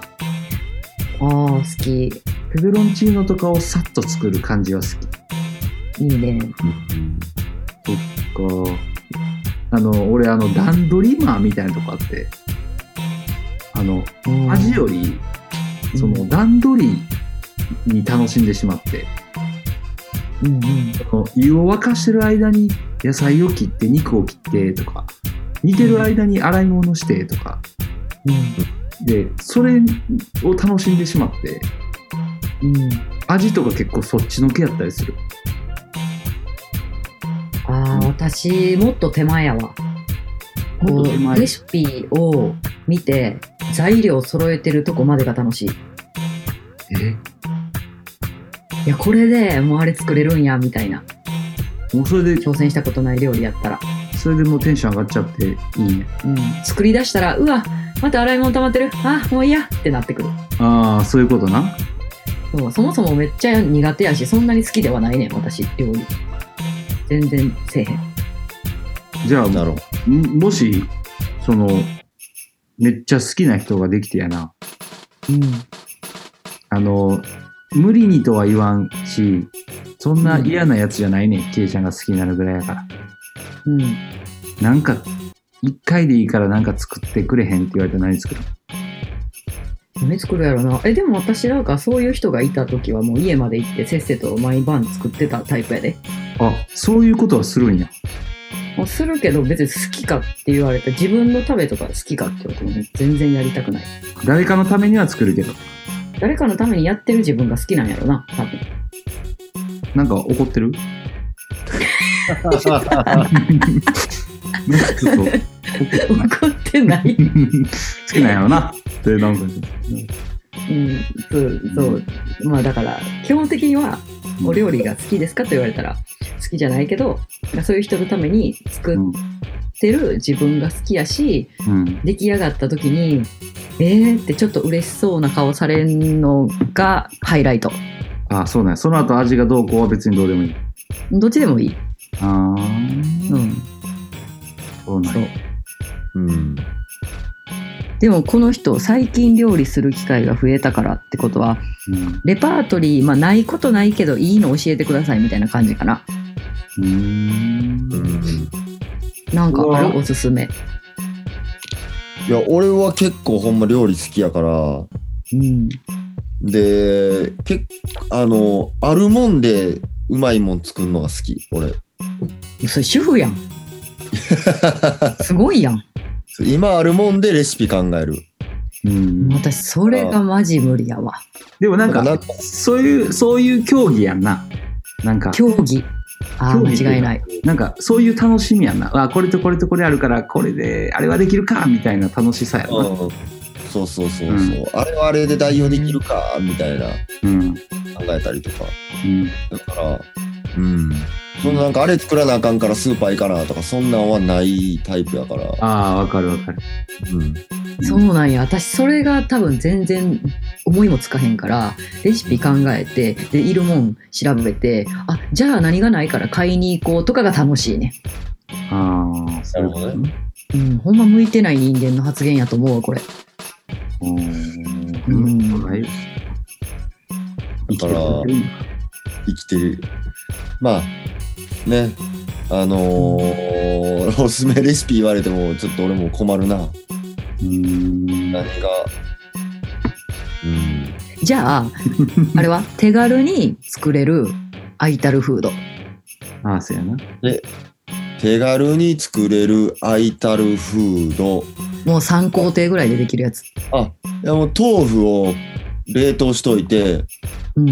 あ、好き。い
ペペロンチーノとかをさっと作る感じは好き。
いね。
こうあの俺あの段取りマーみたいなとこあってあの
うん
味よりその段取りに楽しんでしまって
うんうん。
その湯を沸かしてる間に野菜を切って肉を切ってとか煮てる間に洗い物してとかでそれを楽しんでしまって
うん。うん。
味とか結構そっちのけやったりする
ああ、私、もっと手前やわ。
も
こ
っと手
う
前
レシピを見て材料揃えてるとこまでが楽しい。
え
いやこれでもうあれ作れるんやみたいな
もうそれで
挑戦したことない料理やったら、
それでもうテンション上がっちゃっていいね
うん、作り出したらうわまた洗い物溜まってるあもういいやってなってくる
ああそういうことな
そうそもそもめっちゃ苦手やしそんなに好きではないねん私料理全然せえへん
じゃあ、
だろう。 [LAUGHS]
ももし、その、めっちゃ好きな人ができてやな。
うん。
あの、無理にとは言わんし、そんな嫌なやつじゃないねん、ケイちゃんが好きになるぐらいやから。
うん。
なんか、一回でいいからなんか作ってくれへんって言われて何作る
何作るやろな。え、でも私なんかそういう人がいた時はもう家まで行ってせっせと毎晩作ってたタイプやで。
あ、そういうことはするんや。
もうするけど別に好きかって言われて自分のためとか好きかってことも全然やりたくない。
誰かのためには作るけど。
誰かのためにやってる自分が好きなんやろな、多分。
なんか怒ってるなんかちょっと怒ってない
[LAUGHS] 怒ってない。
好きなんやろな。で、なんか、
うん、そう、そう。まあだから、基本的にはお料理が好きですかと言われたら好きじゃないけど、そういう人のために作ってる自分が好きやし、
うん。
出来上がった時に、えーってちょっと嬉しそうな顔されんのがハイライト。
あ、そうね。その後味がどうこうは別にどうでもいい。
どっちでもいい。
あ
う
ー、
ん、
そうなん
そ
や
う。
うん。
でもこの人、最近料理する機会が増えたからってことは、
うん
レパートリー、まあないことないけどいいの教えてくださいみたいな感じかな。
うーん。
うん
なんかあ
うわ
るおすすめ。
いや、俺は結構ほんま料理好きやから、
うん。
で、けあの、あるもんでうまいもん作るのが好き、俺。
それ主婦やん。すごいやん。
今あるもんでレシピ考える。
うん
私、それがマジ無理やわ。
でもなん
な
か
んか、
そういう、そういう競技やんな。なんか、
競技。ああ、
競技ってうか
間違いない。。
なんか、そういう楽しみやんな。あ、これとこれとこれあるから、これで、あれはできるか、みたいな楽しさやな。
うんそうそうそうそう、
うん
あれはあれで代用できるか、みたいな
うん。
考えたりとか。
うん。
だから、うん。そのなんかあれ作らなあかんからスーパー行かなとか、そんなんはないタイプやから。
ああ、わかるわかる。
うん。
そうなんや。私、それが多分全然思いもつかへんから、レシピ考えて、で、いるもん調べて、あ、じゃあ何がないから買いに行こうとかが楽しいね。
ああ、そういうことね。
うん、ほんま向いてない人間の発言やと思うわ、これ。
う。
うんん
うん。はい。
だから、生きてる。まあ、ね。あのー、おすすめレシピ言われても、ちょっと俺も困るな。
うん。
何が。うん。
じゃあ、あれは手軽に作れるアイタルフード。
ああ、そうやな。
手軽に作れるアイタルフード。
もう3工程ぐらいでできるやつ。
あ、いやもう豆腐を冷凍しといて、
うん、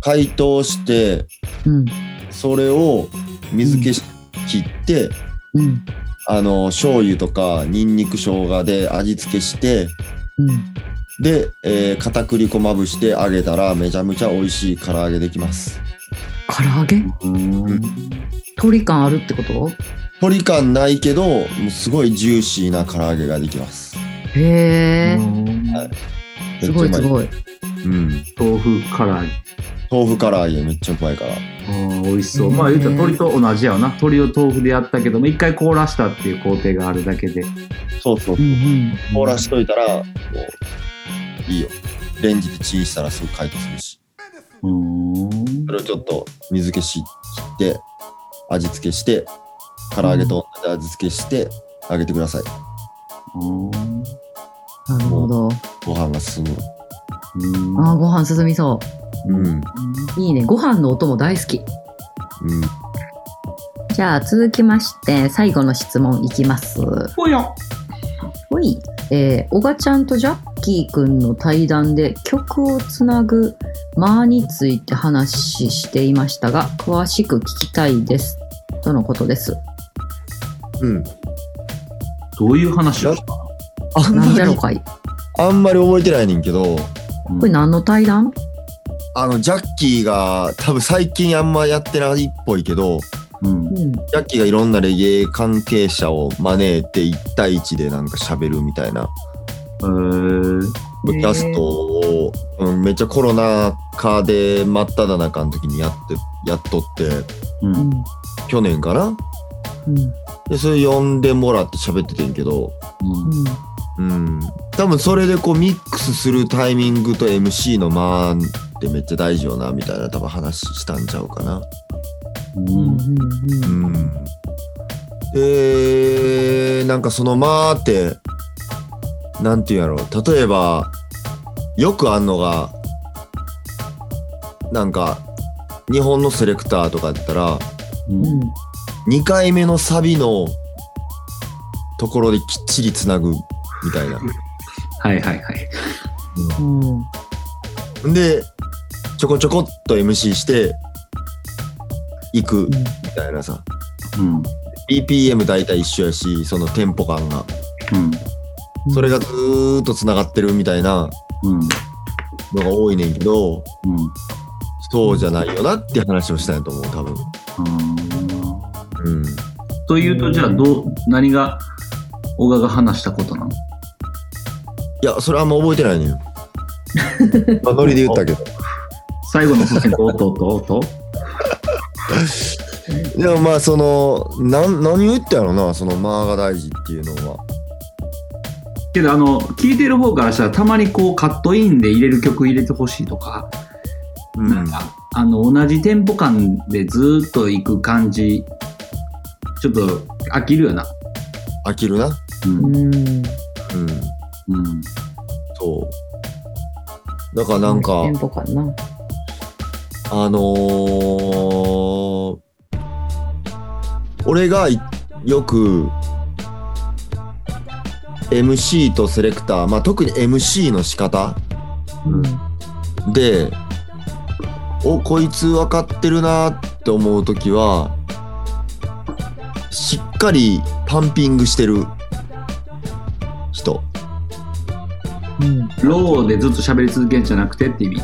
解凍して、
うん、
それを水気し切って、
うん、
あの、醤油とかニンニク生姜で味付けして、
うん。
で、えー片栗粉まぶして揚げたらめちゃめちゃ美味しい唐揚げできます。
唐揚げ
うん。
鳥感あるってこと
鶏感ないけど、もうすごいジューシーな唐揚げができます。
へえ、
はい
すごいす
い。
ごい。
うん。
豆腐唐揚げ。
豆腐唐揚げめっちゃうまいから。
あー美味しそう。
ねえ
まあ言うたら鶏と同じやわな。鶏を豆腐でやったけども、一回凍らしたっていう工程があるだけで。
そうそう
う。ん
凍らしといたら、もう、いいよ。レンジでチンしたらすぐ解凍するし。
うーん。
それをちょっと水気し切って、味付けして、唐揚げと同じ味付けして、揚げてください。
う
うん。なるほど。
ご飯が進む。
ん
ああ、ご飯進みそ
うん。
う。いいね。ご飯のお供大好き。
うん。
じゃあ続きまして、最後の質問いきます。
ぽよ
ほい。えー、小賀ちゃんとジャッキーくんの対談で曲をつなぐ間について話していましたが、詳しく聞きたいです。とのことです。
うん。
どういう話をした
あん
なんじ
ま
ゃろ
り、
か
[LAUGHS]
い。
あんまり覚えてないねんけど、
う
こ
ん
れ何の対談
あの、ジャッキーが、多分最近あんまやってないっぽいけど、
うん
うん。
ジャッキーがいろんなレゲエ関係者を招いて1対1でなんか喋るみたいな、
えー
ポッドキャストを、うん、めっちゃコロナ禍で真っ只中の時にやって、やっとって、
うん
うん。
去年かな
うん。
で、それ呼んでもらって喋っててんけど、
う
う
ん
ん。多分それでこうミックスするタイミングと MC の間ってめっちゃ大事よな、みたいな多分話したんちゃうかな。
うん
うん。で、なんかその間って、なんていうんやろう。例えば、よくあんのが、なんか、日本のセレクターとかやったら、
うん
2回目のサビのところできっちりつなぐみたいな。
はいはいはい。
で、ちょこちょこっと MC して、行くみたいなさ。
うん。
BPM 大体一緒やし、そのテンポ感が。
うん。
それがずーっとつながってるみたいな
うん。
のが多いねんけど、
うん。
そうじゃないよなって話をしたんやと思う、多分。うん。
というと、じゃあ、どう、何が、小川が話したことなの
いや、それあんま覚えてないねん。 [LAUGHS] まあ、ノリで言ったけど。
最後の方と、おっとおっとおっと
でもまあ、その、なん、何を言ったやろな、その間が大事っていうのは。
けど、あの、聞いてる方からしたら、たまにこう、カットインで入れる曲入れてほしいとか、
うん。
なんか、あの、同じテンポ感でずーっと行く感じ、ちょっと飽きるよな。
飽きるな。
うん。
うん。
うん。
そう。だからなんか、
テンポかな。
あのー、俺がいよく MC とセレクター、まあ、特に MC の仕方
うん
でおこいつ分かってるなって思う時はしっかりパンピングしてる人
うん
ローでずっと喋り続けるんじゃなくてって意味。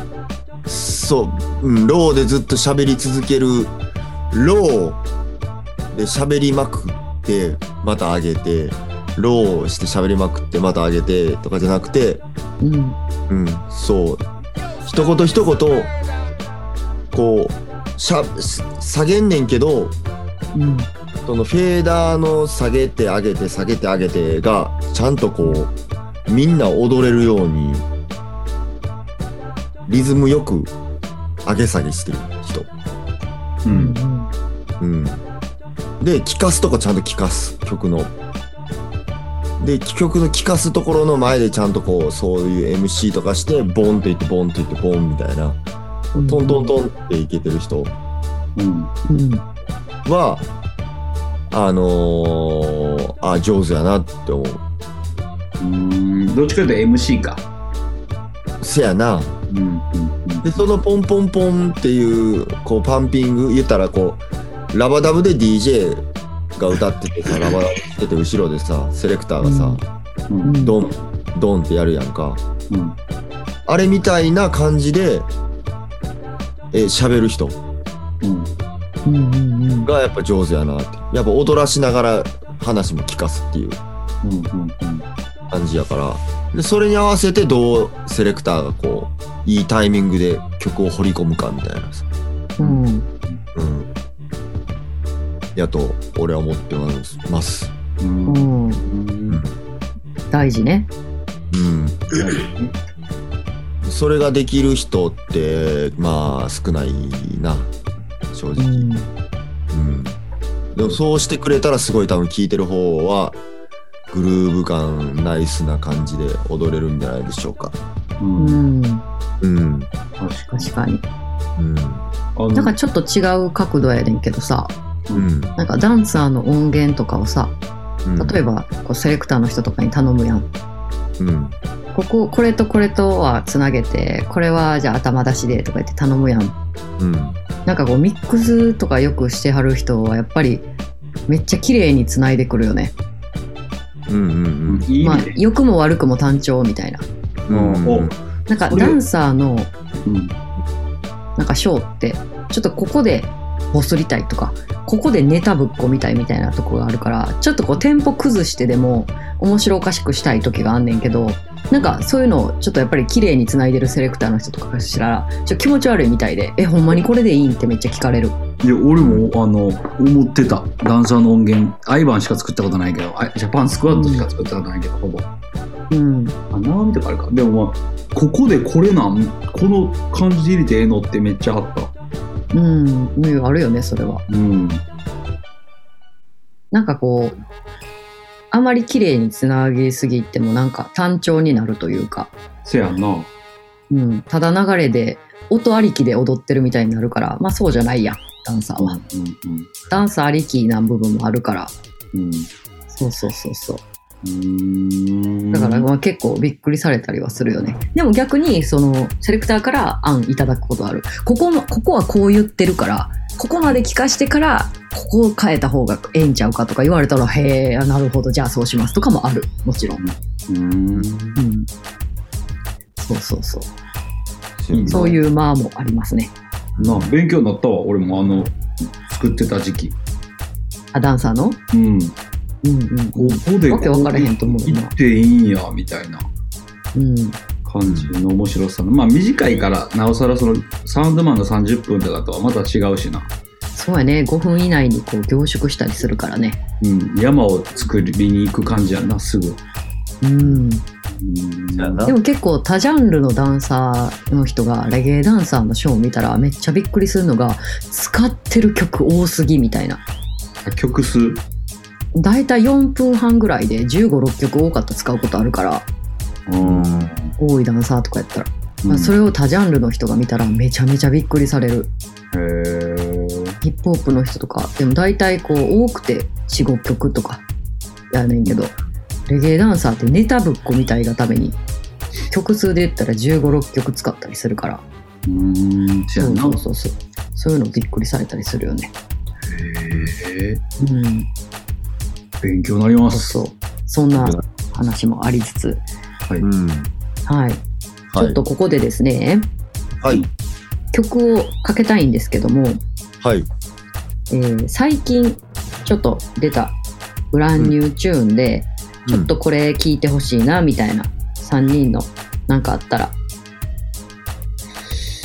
そう、うん、ローでずっと喋り続ける、ローで喋りまくって、また上げて、ローして喋りまくって、また上げてとかじゃなくて、
うん
うん、そう、一言一言、こう、しゃ下げんねんけど、
うん
そのフェーダーの下げて上げて下げて上げてが、ちゃんとこう、みんな踊れるように、リズムよく上げ下げしてる人。
う。
うんん
うん。で、聞かすとこちゃんと聞かす、曲の。で、曲の聞かすところの前でちゃんとこう、そういう MC とかして、ボンっていって、ボンっていって、ボンみたいな、
うん
トントントンっていけてる人
うん。
うん
は、あのー、あ、上手やなって思う。
うん。どっちかというと MC か。
せやな。
うん。うん。
で、そのポンポンポンっていう、こう、パンピング、言ったらこう、ラバダブで DJ が歌っててさ、ラバダブしてて、後ろでさ、セレクターがさ、
う。
うんん
ドン、ドンってやるやんか。
うん。
あれみたいな感じで、えー、喋る人
うん。
うんうんうん
がやっぱ上手やなって。やっぱ踊らしながら話も聞かすっていう
うん。うん。
感じやから。で、それに合わせてどうセレクターがこう、いいタイミングで曲を掘り込むかみたいなさ。
うん
うん。やと、俺は思ってます。
うん。うん。
うん
うん。
大事ね。
うん。それができる人って、まあ、少ないな。正
う
直。うん
ん
でもそうしてくれたらすごい多分聴いてる方はグルーヴ感ナイスな感じで踊れるんじゃないでしょうか。
うん。
うん
うん。
確かに。
確かに。
うん。
あ
なんかちょっと違う角度やねんけどさ、
うん。
なんかダンサーの音源とかをさ、
うん
例えばこうセレクターの人とかに頼むやん。
うん。
ここ、これとこれとはつなげて、これはじゃあ頭出しでとか言って頼むやん。
うん。
なんかこうミックスとかよくしてはる人はやっぱりめっちゃ綺麗につないでくるよね。
うん。うん。
いい意
まあ
味で。
良くも悪くも単調みたいな。
うん。
うんお
うん
なんか
それ
ダンサーの
うん。
なんかショーってちょっとここでボスりたいとかここでネタぶっこみたいみたいなとこがあるからちょっとこうテンポ崩してでも面白おかしくしたい時があんねんけどなんかそういうのをちょっとやっぱり綺麗につないでるセレクターの人とかからしたらちょっと気持ち悪いみたいで「えほんまにこれでいいん?」ってめっちゃ聞かれる。
いや、俺も、あの、思ってた。ダンサーの音源、アイバンしか作ったことないけど、あジャパンスクワットしか作ったことないけど、ほぼ。
うん。
あ、長見とかあるか。でもまあ、ここでこれなん、この感じで入れてええのってめっちゃあった。
うん。うんあるよね、それは。
うん。
なんかこう、あまり綺麗につなぎすぎてもなんか単調になるというか、
せやんな。
うん、ただ流れで、音ありきで踊ってるみたいになるから、まあそうじゃないやん、ダンサーは。
うん
ダンスありきな部分もあるから、
うん。
そうそうそうそう。
うん。
だから
うん、
まあ結構びっくりされたりはするよね。でも逆にそのセレクターから案いただくことある。ここもここはこう言ってるから、ここまで聞かしてからここを変えた方がええんちゃうかとか言われたらへえなるほどじゃあそうしますとかもあるもちろん。
うん。
うん。そうそうそう。
うん
そういう間もありますね。
なあ、勉強になったわ、俺も、あの、作ってた時期。
あダンサーの。
うん。
うんうん
ここで
わけ分からへんと思う
行
な
っていいんや、みたいな。
うん
感じの面白さの、まあ短いからなおさらそのサウンドマンの30分とかとはまた違うしな、
そうやね5分以内にこう凝縮したりするからね。
うん、山を作りに行く感じやなすぐ、う
うん。
ん、
やな
でも結構多ジャンルのダンサーの人がレゲエダンサーのショーを見たらめっちゃびっくりするのが使ってる曲多すぎみたいな。
曲数
だいたい4分半ぐらいで15、6曲多かった使うことあるから、
うん
多いダンサーとかやったら。まあそれを多ジャンルの人が見たらめちゃめちゃびっくりされる。
へ
ヒップホップの人とか、でもだいたいこう多くて4、5曲とかやねんけど、レゲエダンサーってネタぶっこみたいがために、曲数で言ったら15、6曲使ったりするから。
えうんじゃあ
そう
な
そうそうそうそういうのびっくりされたりするよね
へえ
うん
勉強になりま
そう
す
そうそんな話もありつつ
うん。
はい、ち
は
ょっ
い。
とここでですね
はい。
曲をかけたいんですけども、
はい。
えー最近ちょっと出たブランニューチューンで、ちょっとこれ聴いてほしいなみたいな3人のなんかあったら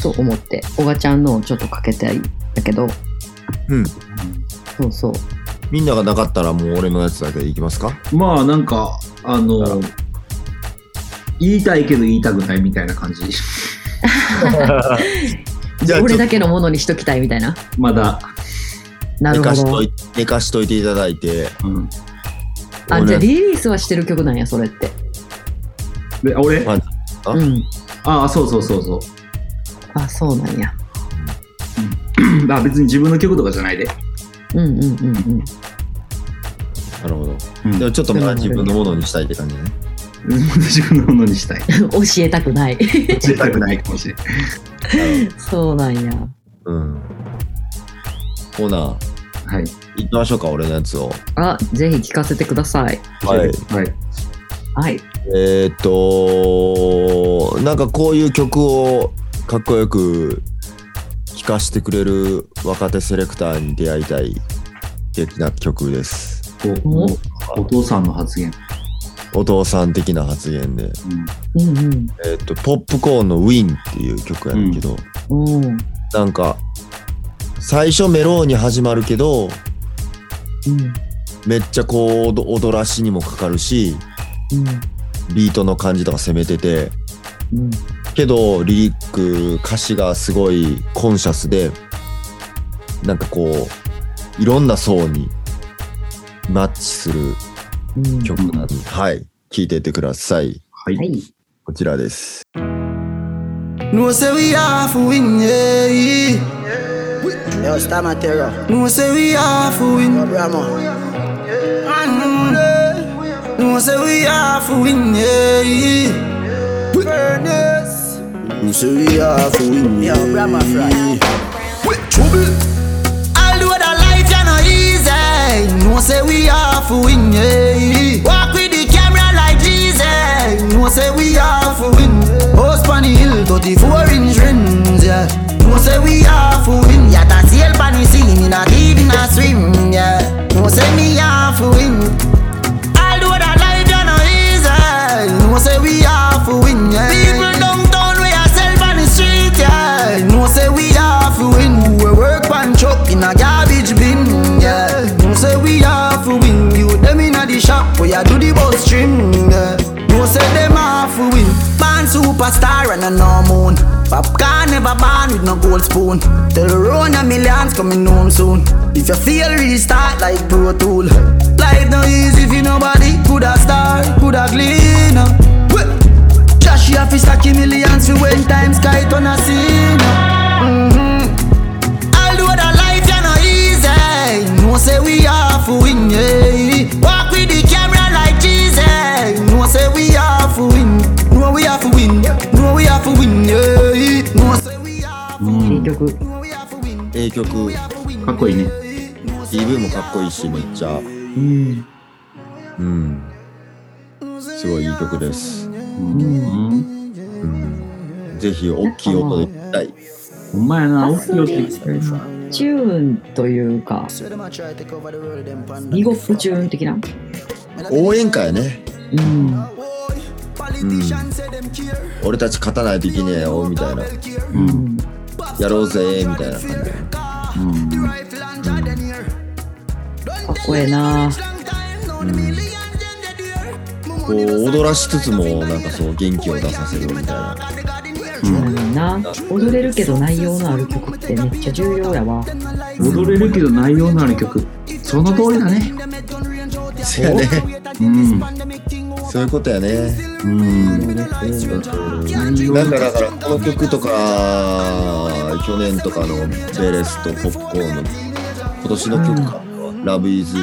と思っておがちゃんのをちょっとかけたいんだけどそうそう
みんながなかったらもう俺のやつだけでいきますか
まあなんかあの言いたいけど言いたくないみたいな感じ [LAUGHS]
じゃあちょっと
俺だけのものにしときたいみたいな
まだ、
な
寝
るほ
かしと
ど
い寝かしといていただいて。
うん、
あ
俺
じゃあリリースはしてる曲なんやそれって
であ俺
はいあ
うん
ああそうそうそうそう [CLEARS THROAT]
あそうなんや
あ別に自分の曲とかじゃないで、
うんうんうんうん
なるほど。
うん
でもちょっとまだ自分のものにしたいって感じね。
自分のものにしたい。
[LAUGHS] 教えたくない
教えたくないかもしれない。
そうなんや
うん。ほな、
はい。
行きましょうか、俺のやつを。
あぜひ聞かせてください
はい。
はい。
はい
えーっと、なんかこういう曲をかっこよく聴かせてくれる若手セレクターに出会いたい的な曲です。
お
お
お父さんの発言。
お父さん的な発言で。
うんうん
えーっと、ポップコーンのウィンっていう曲やねんけど、
おー
なんか、最初メローに始まるけど、
うん
めっちゃこう踊踊らしにもかかるし、ビートの感じとか攻めてて、
うんうん
けどリリック歌詞がすごいコンシャスでなんかこういろんな層にマッチする
うん
曲なんで、はい聴いていってください
はい。
はい
こちらです
No say we are for win, yeah, yeah.
Yo, Stammer Terror.
No say we are for win,
Brahma.
Ah, and yeah. No say we are for win, yeah, yeah. Fairness. No say we are for win,
Yo, Brahma Fry.
With trouble. Although the life ya no easy, no say we are for win, yeah. Walk with the camera like Jesus, no say we are for win. House pon the hill, 34 inch rims, yeah. No say we are for win. Yeah, that's the help on the scene, in a deep, in a swim, yeah. No say me are for win. Although the life ya no easy, no say we are for win, yeah. People downtown we are self on the street, yeah. No say we are for win. We work one chop in a low string. Yeah. No say them half a win. Born superstar and a no moon. Popcorn never born with no gold spoon. Tell Rona millions coming home soon. If you feel restart like Pro Tool. Life no easy if you nobody could a star, could a glean. uh. Wh- Josh, you have to stack your millions for when time sky turn a scene. Mm-hmm. Although the life you no easy, no say we are for win. Yeah. Walk with the camera like Jesus. No say we are for win. No we are for win. No we are for win. Yeah. No say we are for win.
いい曲。
No we are for win.
ええ曲
かっこいいね。
PV もかっこいいしめっちゃ
うん。
うんすごいいい曲です、
うん。
うん、ぜひ大きい音で聴きたい
ほんまやな、大きいよって言って
チューンというか、リゴップチューン的な。
応援歌やね
うん。
俺たち勝たないといけねえよみたいな
うん。
やろうぜみたいな感じ
かっこええな。
こう踊らしつつもなんかそう元気を出させるみたいな
うん、な踊れるけど内容のある曲ってめっちゃ重要やわ。
踊れるけど内容のある曲。その通りだね。
そうやね
うん。
そういうことやね
うん。
なんかだからこの曲とか去年とかの「ベレス」と「ポップコーン」の今年の曲か「ラブイズ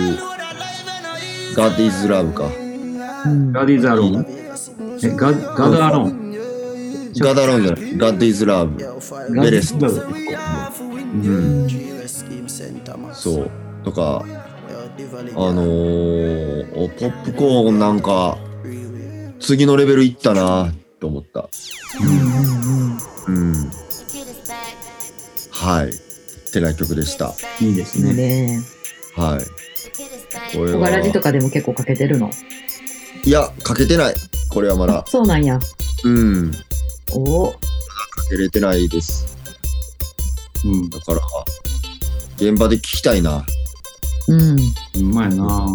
ガーディーズラブか
うん。
ガディーズアローン。え、ガガダアローン。
ガダロンじゃないガーディーズラブベレス
ガディーズ
うんそうとかあのー、おポップコーンなんか次のレベルいったなと思ったうん、はいってな曲でした
いいです
いい
ね。
ね。
はいこれ
小柄じとかでも結構かけてるの。
いやかけてないこれはまだ
そうなんや。
うんか
おお。
けれてないです
うん
だから現場で聞きたいな
うん。
うまいな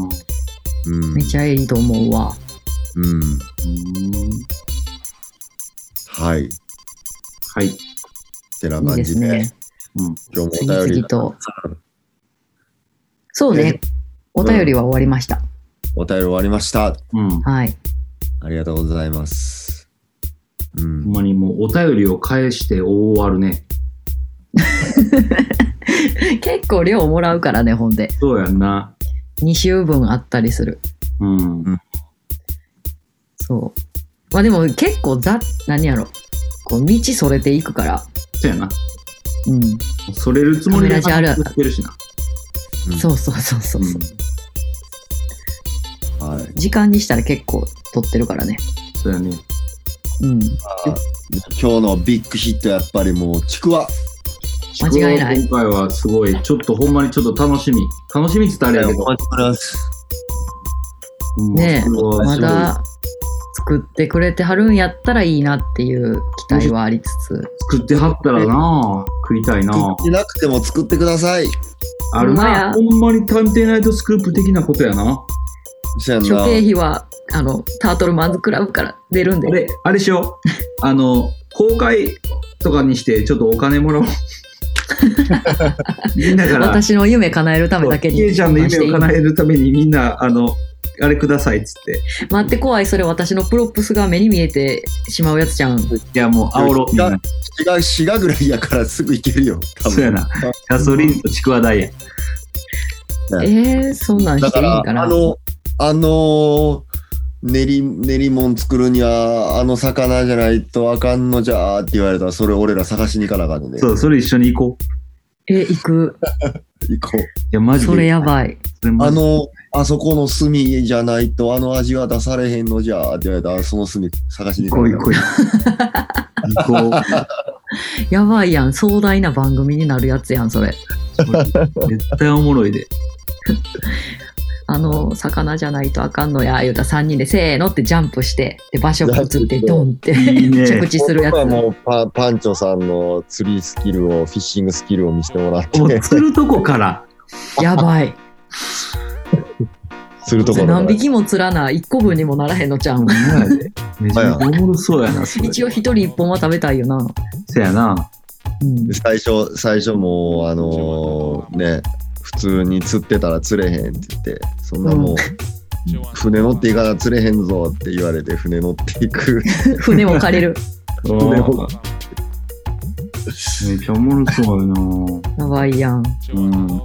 うん
めちゃいいと思うわ。
うん
うん。
はいっ
はい。
てない
い
感
で
じ
す
で
ね。
うん。
今日
次
もお便り
々と。そう
いや
ね。お便りは終わりました。
お便り終わりました
うん。
[LAUGHS] はい。
ありがとうございます。う
ほん
ん。
まにもうお便りを返して終わるね。
結構量もらうからね、ほんで。
そうやんな。
2週分あったりする。
うん。
そう。まあでも結構ざ、何やろ。こう、道それていくから。
そうやな。
うん。
それるつもり
カメラじゃある
ってるしな。
うん
そうそうそうそうう。
ん。
はい。
時間にしたら結構撮ってるからね。
そうやね。
う
今
ん。
日のビッグヒットやっぱりもうちくわ。
間違いない
今回はすごい、ちょっとほんまにちょっと楽しみ。楽しみって言ったらあれやけど。うん
ねえ
ちくわは
ます
ごい
だ作ってくれてはるんやったらいいなっていう期待はありつつ。
作ってはったらな食いたいな
作ってなくても作ってください。
あるなほ
ほ
んまに探偵ナイトスクープ的なことやな。
せやん
諸
な。
経費は、あの、タートルマンズクラブから [LAUGHS] 出るん
あ
で。
れ、あれしよ
[LAUGHS]
う。あの、公開とかにして、ちょっとお
[LAUGHS]
金もらおう。みんなから、
私の夢叶えるためだけに。
ゆうちゃんの夢を叶えるためにみんな、あの、あれくださいっつって。
待って怖い、それ私のプロップスが目に見えてしまうやつじゃん。
いや、もう、あおろう。みんな
滋賀、滋賀ぐらいやからすぐいけるよ。多
そうや
分。
な。ガソリンとちくわダイヤ。
は
え
い
ー、そんなん
だ
して
か
いい
ら、
んかな
あの、あのー、練り、練り物作るには、あの魚じゃないとあかんのじゃーって言われたら、それ俺ら探しに行かなあかんのね。
そう、それ一緒に行こう。い
え、行く。
行こう。
や、マジで。
それやばい。
それマ
あ
ジで
の、あそこの炭じゃないと、あの味は出されへんのじゃーって言われたら、その炭探しに
行こう
な
行こう行こう。行こ
やばいやん。壮大な番組になるやつやん、それ。
う。絶対おもろいで。
あの、魚じゃないとあかんのや、言うたら3人で、せーのってジャンプして、で、場所移って、ドンって、
いいね
着地するやつ
僕。はもうパパンチョさんの釣りスキルをフィッシングスキルを見せてもらって
もう、釣るとこから。
やばい。
するところが
何匹も釣らな1個分にもならへんのちゃうん
なんやでめちゃめちゃおもろそうやな、それ
一応1人1本は食べたいよな、
せやな。
うん
で最初、最初もう、あのーね、普通に釣ってたら釣れへんって言って、そんなもう、船乗っていかな釣れへんぞって言われて、船乗ってい
[LAUGHS]
く。
船を借りる
めっちゃおもろそうやな。
やばいやん
うん。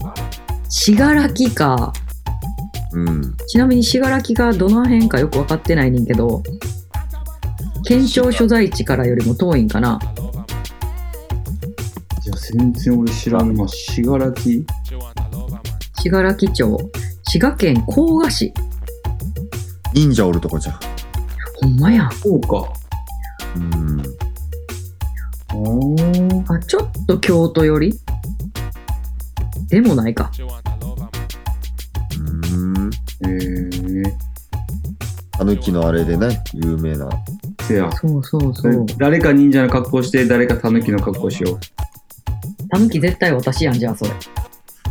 信楽か
うん。
ちなみに信楽がどの辺かよく分かってないねんけど県庁所在地からよりも遠いんかない
や、全然俺知らんな。しがらき
信楽町滋賀県甲賀市
忍者おるとこじゃん。
ほんまやん
そうか。
うん。
おー。
あちょっと京都寄りでもないか
うん。
えー。
たぬきのあれでね、有名な。
せや。
そうそうそう
誰か忍者の格好して、誰か狸の格好しよ
たぬき絶対私やんじゃあそれ
う。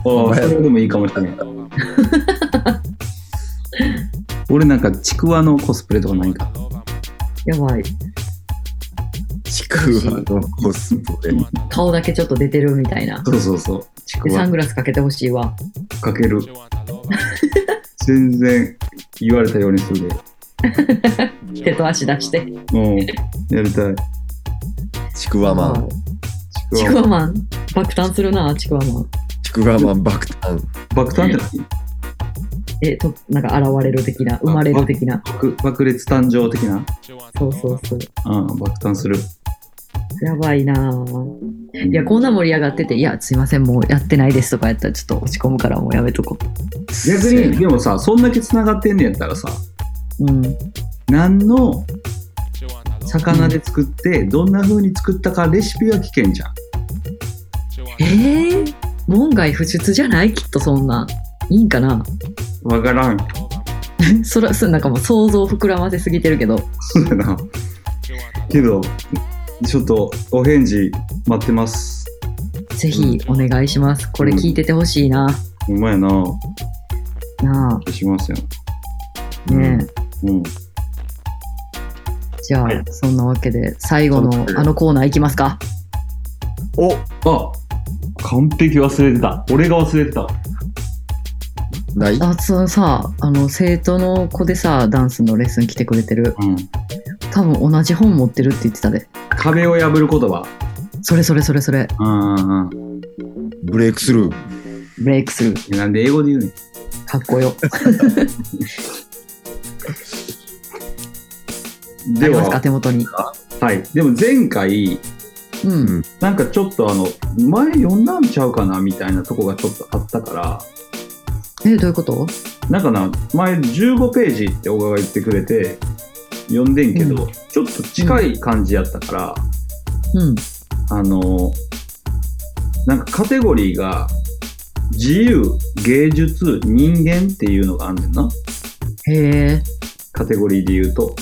ああ、それでもいいかもしれない。 [LAUGHS] 俺なんかちくわのコスプレとかないんか。
やばい
ちくわのコスプレ。
顔だけちょっと出てるみたいな
そうそうそう。ちく
でサ
わ
ングラスかけてほしいわ
かける。全然言われたようにするで。
手と足出して
うん。やりたい。
ちくわマン。
ち
ち
く
く
わ。
わマン爆誕するなちくわマン
ちくわマン爆誕。
爆誕って何
えとなんか現れる的な生まれる的な
爆爆裂誕生的な
そうそうそう
うん、爆誕する。
やばいなぁいやこんな盛り上がってて「いやすいませんもうやってないです」とかやったらちょっと落ち込むからもうやめとこ
逆に、でもさ、そんだけ繋がってんねやったらさ、
ううん
何の魚で作って、どんな風に作ったかレシピは聞けんじゃん。
ええー、門外不出じゃないきっとそんなんいいんかな
わからん。
そらそなんかもう想像膨らませすぎてるけど
そうだな。けど、ちょっとお返事待ってます。
ぜひお願いしますこれ聞いててほしいな、
うまいな。
な
しますよ。
あねえ、
うん。
じゃあ、そんなわけで最後のあのコーナーいきますか
お
あ完璧忘れてた。俺が忘れてた。
ない
あそのさあの生徒の子でさダンスのレッスン来てくれてる
うん。
多分同じ本持ってるって言ってたで
壁を破る言葉。
それそれそれそれ
うんうんうん
ブレイクスルー。
ブレイクスルー
え。なんで英語で言うねん。
かっこよあ
で
り
は
ますか手元に
はい。でも前回、
うん、
うん
なんかちょっとあの、前読んだんちゃうかなみたいなとこがちょっとあったから、
えどういうこと
なんかな、前15ページって小川が言ってくれて、読んでんけど、
う
ちょっと近い感じやったから、
うん
あの、なんかカテゴリーが、自由、芸術、人間っていうのがあんねんな。
へえ
カテゴリーで言うと。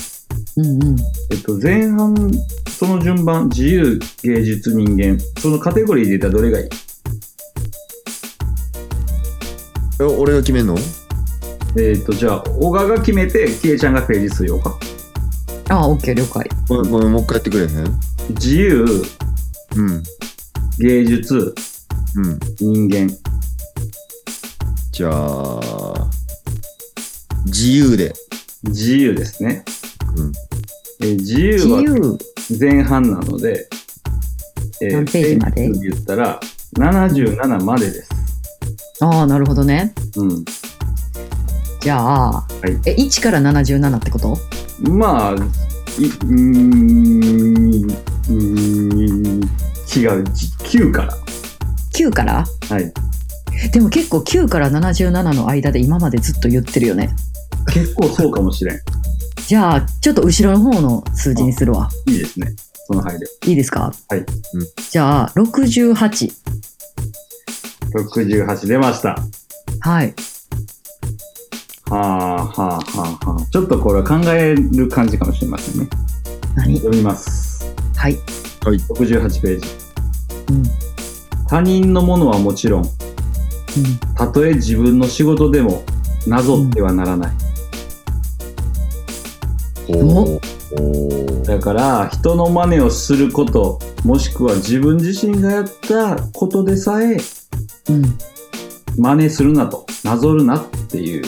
うんうん
えっと、前半、その順番、自由、芸術、人間。そのカテゴリーで言ったらどれがいい
え俺が決めんの
えっ、と、じゃあ、小川が決めて、キエちゃんがページ数ようか。
あ、オッケー、了解。
ごめん、ごめんもう一回やってくれへんう
自由、
ん。
芸術、
うん。
人間。
じゃあ、自由で。
自由ですね。
うん
えー自由
自
は
由。
前半なので、え
何ページまで
ページ数言ったら、77までです。
ああ、なるほどね。
うん。
じゃあ、
い
え、1から77ってこと
まあ、い、うーん、うーん、違う。9から。
?9 から
はい。
でも結構9から77の間で今までずっと言ってるよね。
結構そうかもしれん。い
じゃあ、ちょっと後ろの方の数字にするわ。
いですね。その配慮。
いいですか
はい
うん
じゃあ、68。
68出ました。
はい。
はあはあはあはあ。ちょっとこれは考える感じかもしれませんね。
何
読みます。
はい。
68ページ。
うん。うん。
他人のものはもちろん、たとえ自分の仕事でも、なぞってはならない。
ほうほ
だから、人の真似をすること、もしくは自分自身がやったことでさえ、
うん。
真似するなと、なぞるなっていう。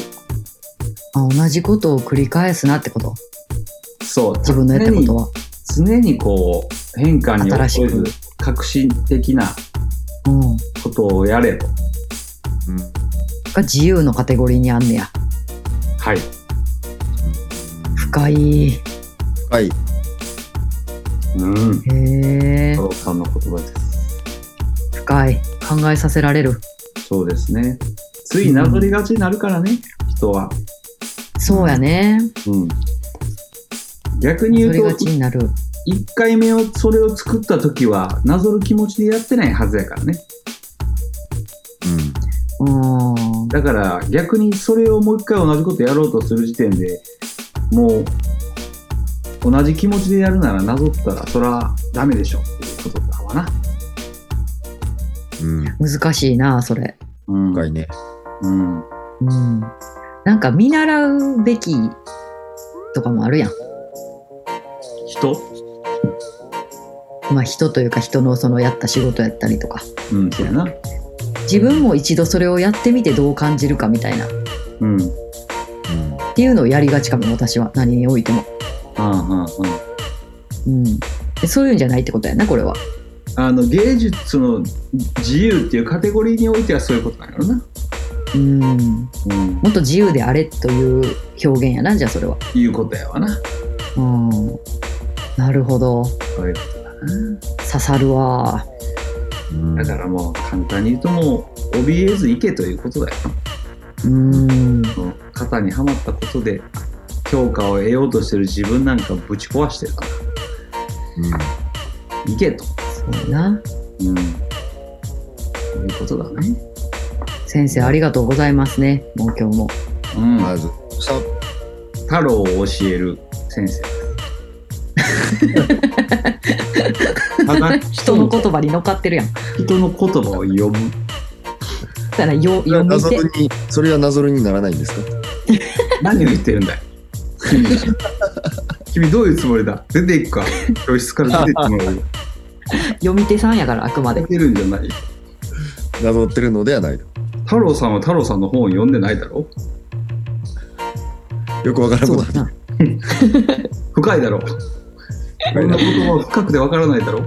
あ同じことを繰り返すなってこと
そう。
自分のやったことは。
常に。常にこう、変化に
新し
覚
く
えず、革新的な
うん。
ことをやれと。
ううん
が自由のカテゴリーにあんねや。
はい。
深い。へ
はい
うん。
え
太。郎さんの言葉です。
深い。考えさせられる。
そうですね。ついなぞりがちになるからね、人は。
そうやね。
うん。逆に
そ
言
れ
う
が
と
ち、になる。
一回目をそれを作った時はなぞる気持ちでやってないはずやからね
うん
うん。
だから逆にそれをもう一回同じことやろうとする時点でもう同じ気持ちでやるならなぞったらそらダメでしょっていうことだわな、
うん
難しいな、それ。
うん
深いね
うん、
うん。なんか見習うべきとかもあるやん。
人、
まあ人というか人のそのやった仕事やったりとか。
うん、そうやな、
自分も一度それをやってみてどう感じるかみたいな。っ
うん、うん
うん
ていうのをやりがちかも、私は。何においても。
うんうん
うん。でそういうんじゃないってことやな、これは。
あの芸術の自由っていうカテゴリーにおいてはそういうことなんやろな、
うん。
うん、
もっと自由であれという表現やな、じゃあそれは。
いうことやわな
うん。なるほど。
そういうことだな
刺さるわ。
うん
だからもう簡単に言うともう怯えず行けということだよ。
うん。
その肩にはまったことで評価を得ようとしてる自分なんかぶち壊してるから
うん
行けと。
そうやな。
うん。そういうことだね。
先生、ありがとうございますね。もう今日も。
うん。
まずさ
太郎を教える先生。ただ
[LAUGHS] 人の言葉に乗っかってるやん。
人の言葉を読む。
だからよ
それ
読
は
み
なぞ
手
るにそれはなぞるにならないんですか
何を言ってるんだい君君どういうつもりだ出ていくか教室から出ていくのを
読み手さんやからあくまで
出。てるんじゃない
なぞってるのではないよ
太郎さんは太郎さんの本を読んでないだろ
くわからん
そ
こ
う
と
だな。
深いだろこんな言葉は深くてわからないだろ
うん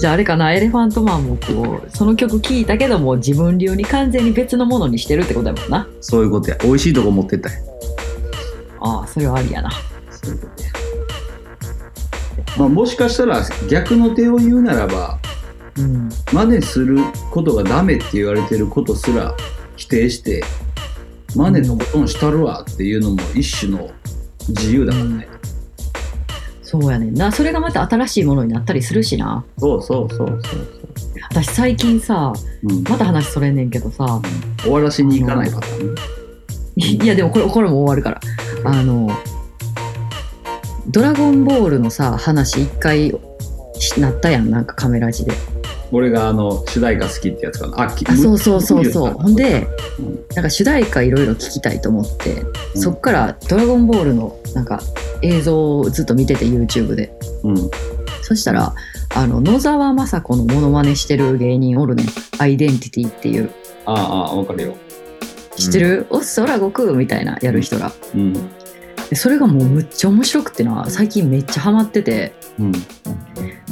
じゃああれかなエレファントマンもこうその曲聴いたけども自分流に完全に別のものにしてるってことだもんな
そういうことや美味しいとこ持ってったや
ああそれはありやな
そういうことや、まあ、もしかしたら逆の手を言うならば
うん
真似することがダメって言われてることすら否定して真似のことをしたるわっていうのも一種の自由だからね、
そうやねんなそれがまた新しいものになったりするしな
そうそうそうそう
私最近さ
そう、うん、
また話それんねんけどさ
終わらしに行かないパターンね
いやでもこれこれも終わるからあの「ドラゴンボール」のさ話一回しなったやんなんかカメラ字で
俺があの主題歌好きってやつかなあき
あそうそうそうそうほんで
うん
なんか主題歌いろいろ聞きたいと思って、
うん
そっから「ドラゴンボール」のなんか映像をずっと見てて YouTube で
うん
そしたらあの野沢雅子のモノマネしてる芸人おるねんアイデンティティっていう
ああああわかるよ
知ってる、おっそら悟空みたいなやる人が
うん
でそれがもうむっちゃ面白くてな最近めっちゃハマってて
うん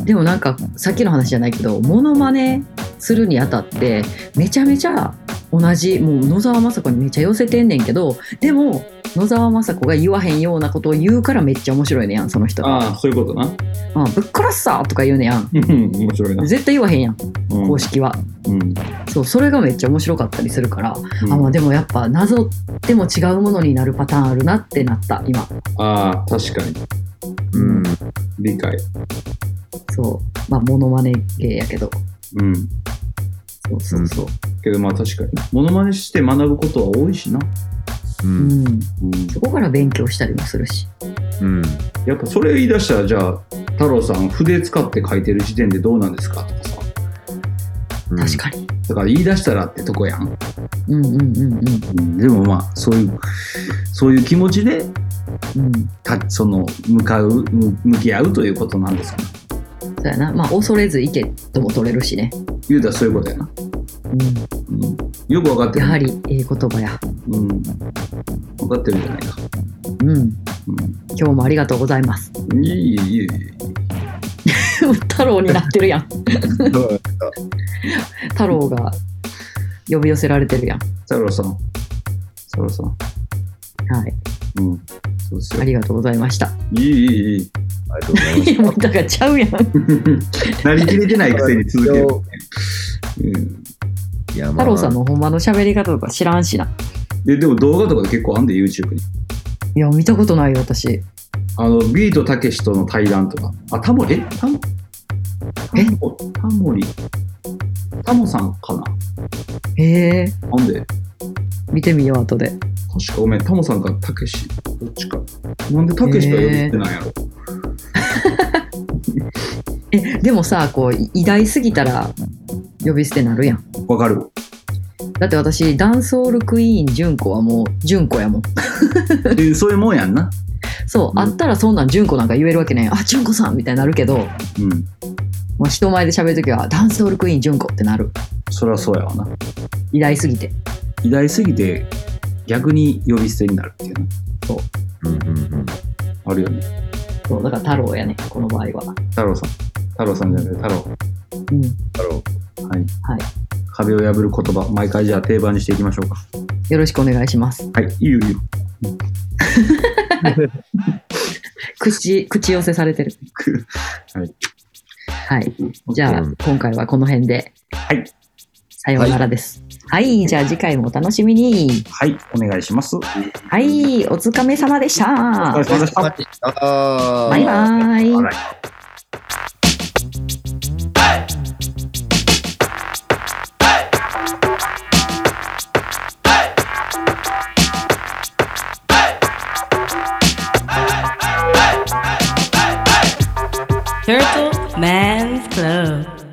でもなんかさっきの話じゃないけどモノマネするにあたってめちゃめちゃ同じもう野沢雅子にめちゃ寄せてんねんけどでも野沢雅子が言わへんようなことを言うからめっちゃ面白いねやんその人が
ああそういうことな
「
[LAUGHS]
うん、ぶっ殺すさ!」とか言うねやん
うん面白いな
絶対言わへんやん
うん
公式は、
うん
そうそれがめっちゃ面白かったりするから、
うん
あまあでもやっぱ謎でも違うものになるパターンあるなってなった今
ああ確かに
うん
理解
そうまあモノマネ芸やけど
うん
そうそうそう、
けどまあ確かにモノマネして学ぶことは多いしな、
う
うんん
うん、
そこから勉強したりもするし
うん
やっぱそれ言い出したらじゃあ太郎さん筆使って書いてる時点でどうなんですかとかさ
うん
確かに、
だから言い出したらってとこやん。
うんうんうんうん
うんでもまあ、そういう、そういう気持ちで、
うん
たその、向かう、む向き合うということなんですかね。
そうやなまあ恐れず行けとも取れるしね、
言うたらそういうことやな。
う
うん。よくわかって
ん、
る。
やはりええ言葉や
うん。分かってるんじゃないか。
うん
う
今日もありがとうございます
ん。いい、いい、いい。
太郎になってるやん太郎が呼び寄せられてるやん
太郎さん。太郎さん。
はい
うん。そうですよ
あ。りがとうございました
いい、いい、いい。
ありがとうご
[LAUGHS]
ざいます
いやもうだからちゃうやん太
なりきれてないくせに続ける。うん
いや、まあ、
郎さんのほんまの喋り方とか知らんしな
ででも動画とかで結構あんで YouTube に
いや見たことないよ私
あのビートたけしとの対談とかあタモリえタモ
え
タモタモリタモさんかな
へえ
なんで
見てみよう後で
確かごめんタモさんかたけしどっちかなんでたけしと呼び捨てなんやろ、
えでもさこうい偉大すぎたら呼び捨てなるやん
わかる
だって私ダンソールクイーン純子はもう純子やもん
でそういうもんやんな
そう、
うん
あったらそんなん純子なんか言えるわけないあ純子さんみたいになるけど、
うん
まあ、人前で喋るときはダンスオールクイーン純子ってなる
そりゃそうやわな
偉大すぎて
偉大すぎて逆に呼び捨てになるっていうな
うんうんうん。
あるよね
そうだから太郎やねこの場合は
太郎さん太郎さんじゃなくて太郎
うん
あの
は
は
い、
い
壁を破る言葉毎回じゃあ定番にしていきましょうか
よろしくお願いします
はいいいよいいよ
口口寄せされてる
はい
はいじゃあ、
うん
今回はこの辺で
はい
さようならですはい、じゃあ次回もお楽しみに
はいお願いします
はいお疲れ様でした
お疲れ様でした
ああー
バイバーイ
あら
トルトマンズクラブ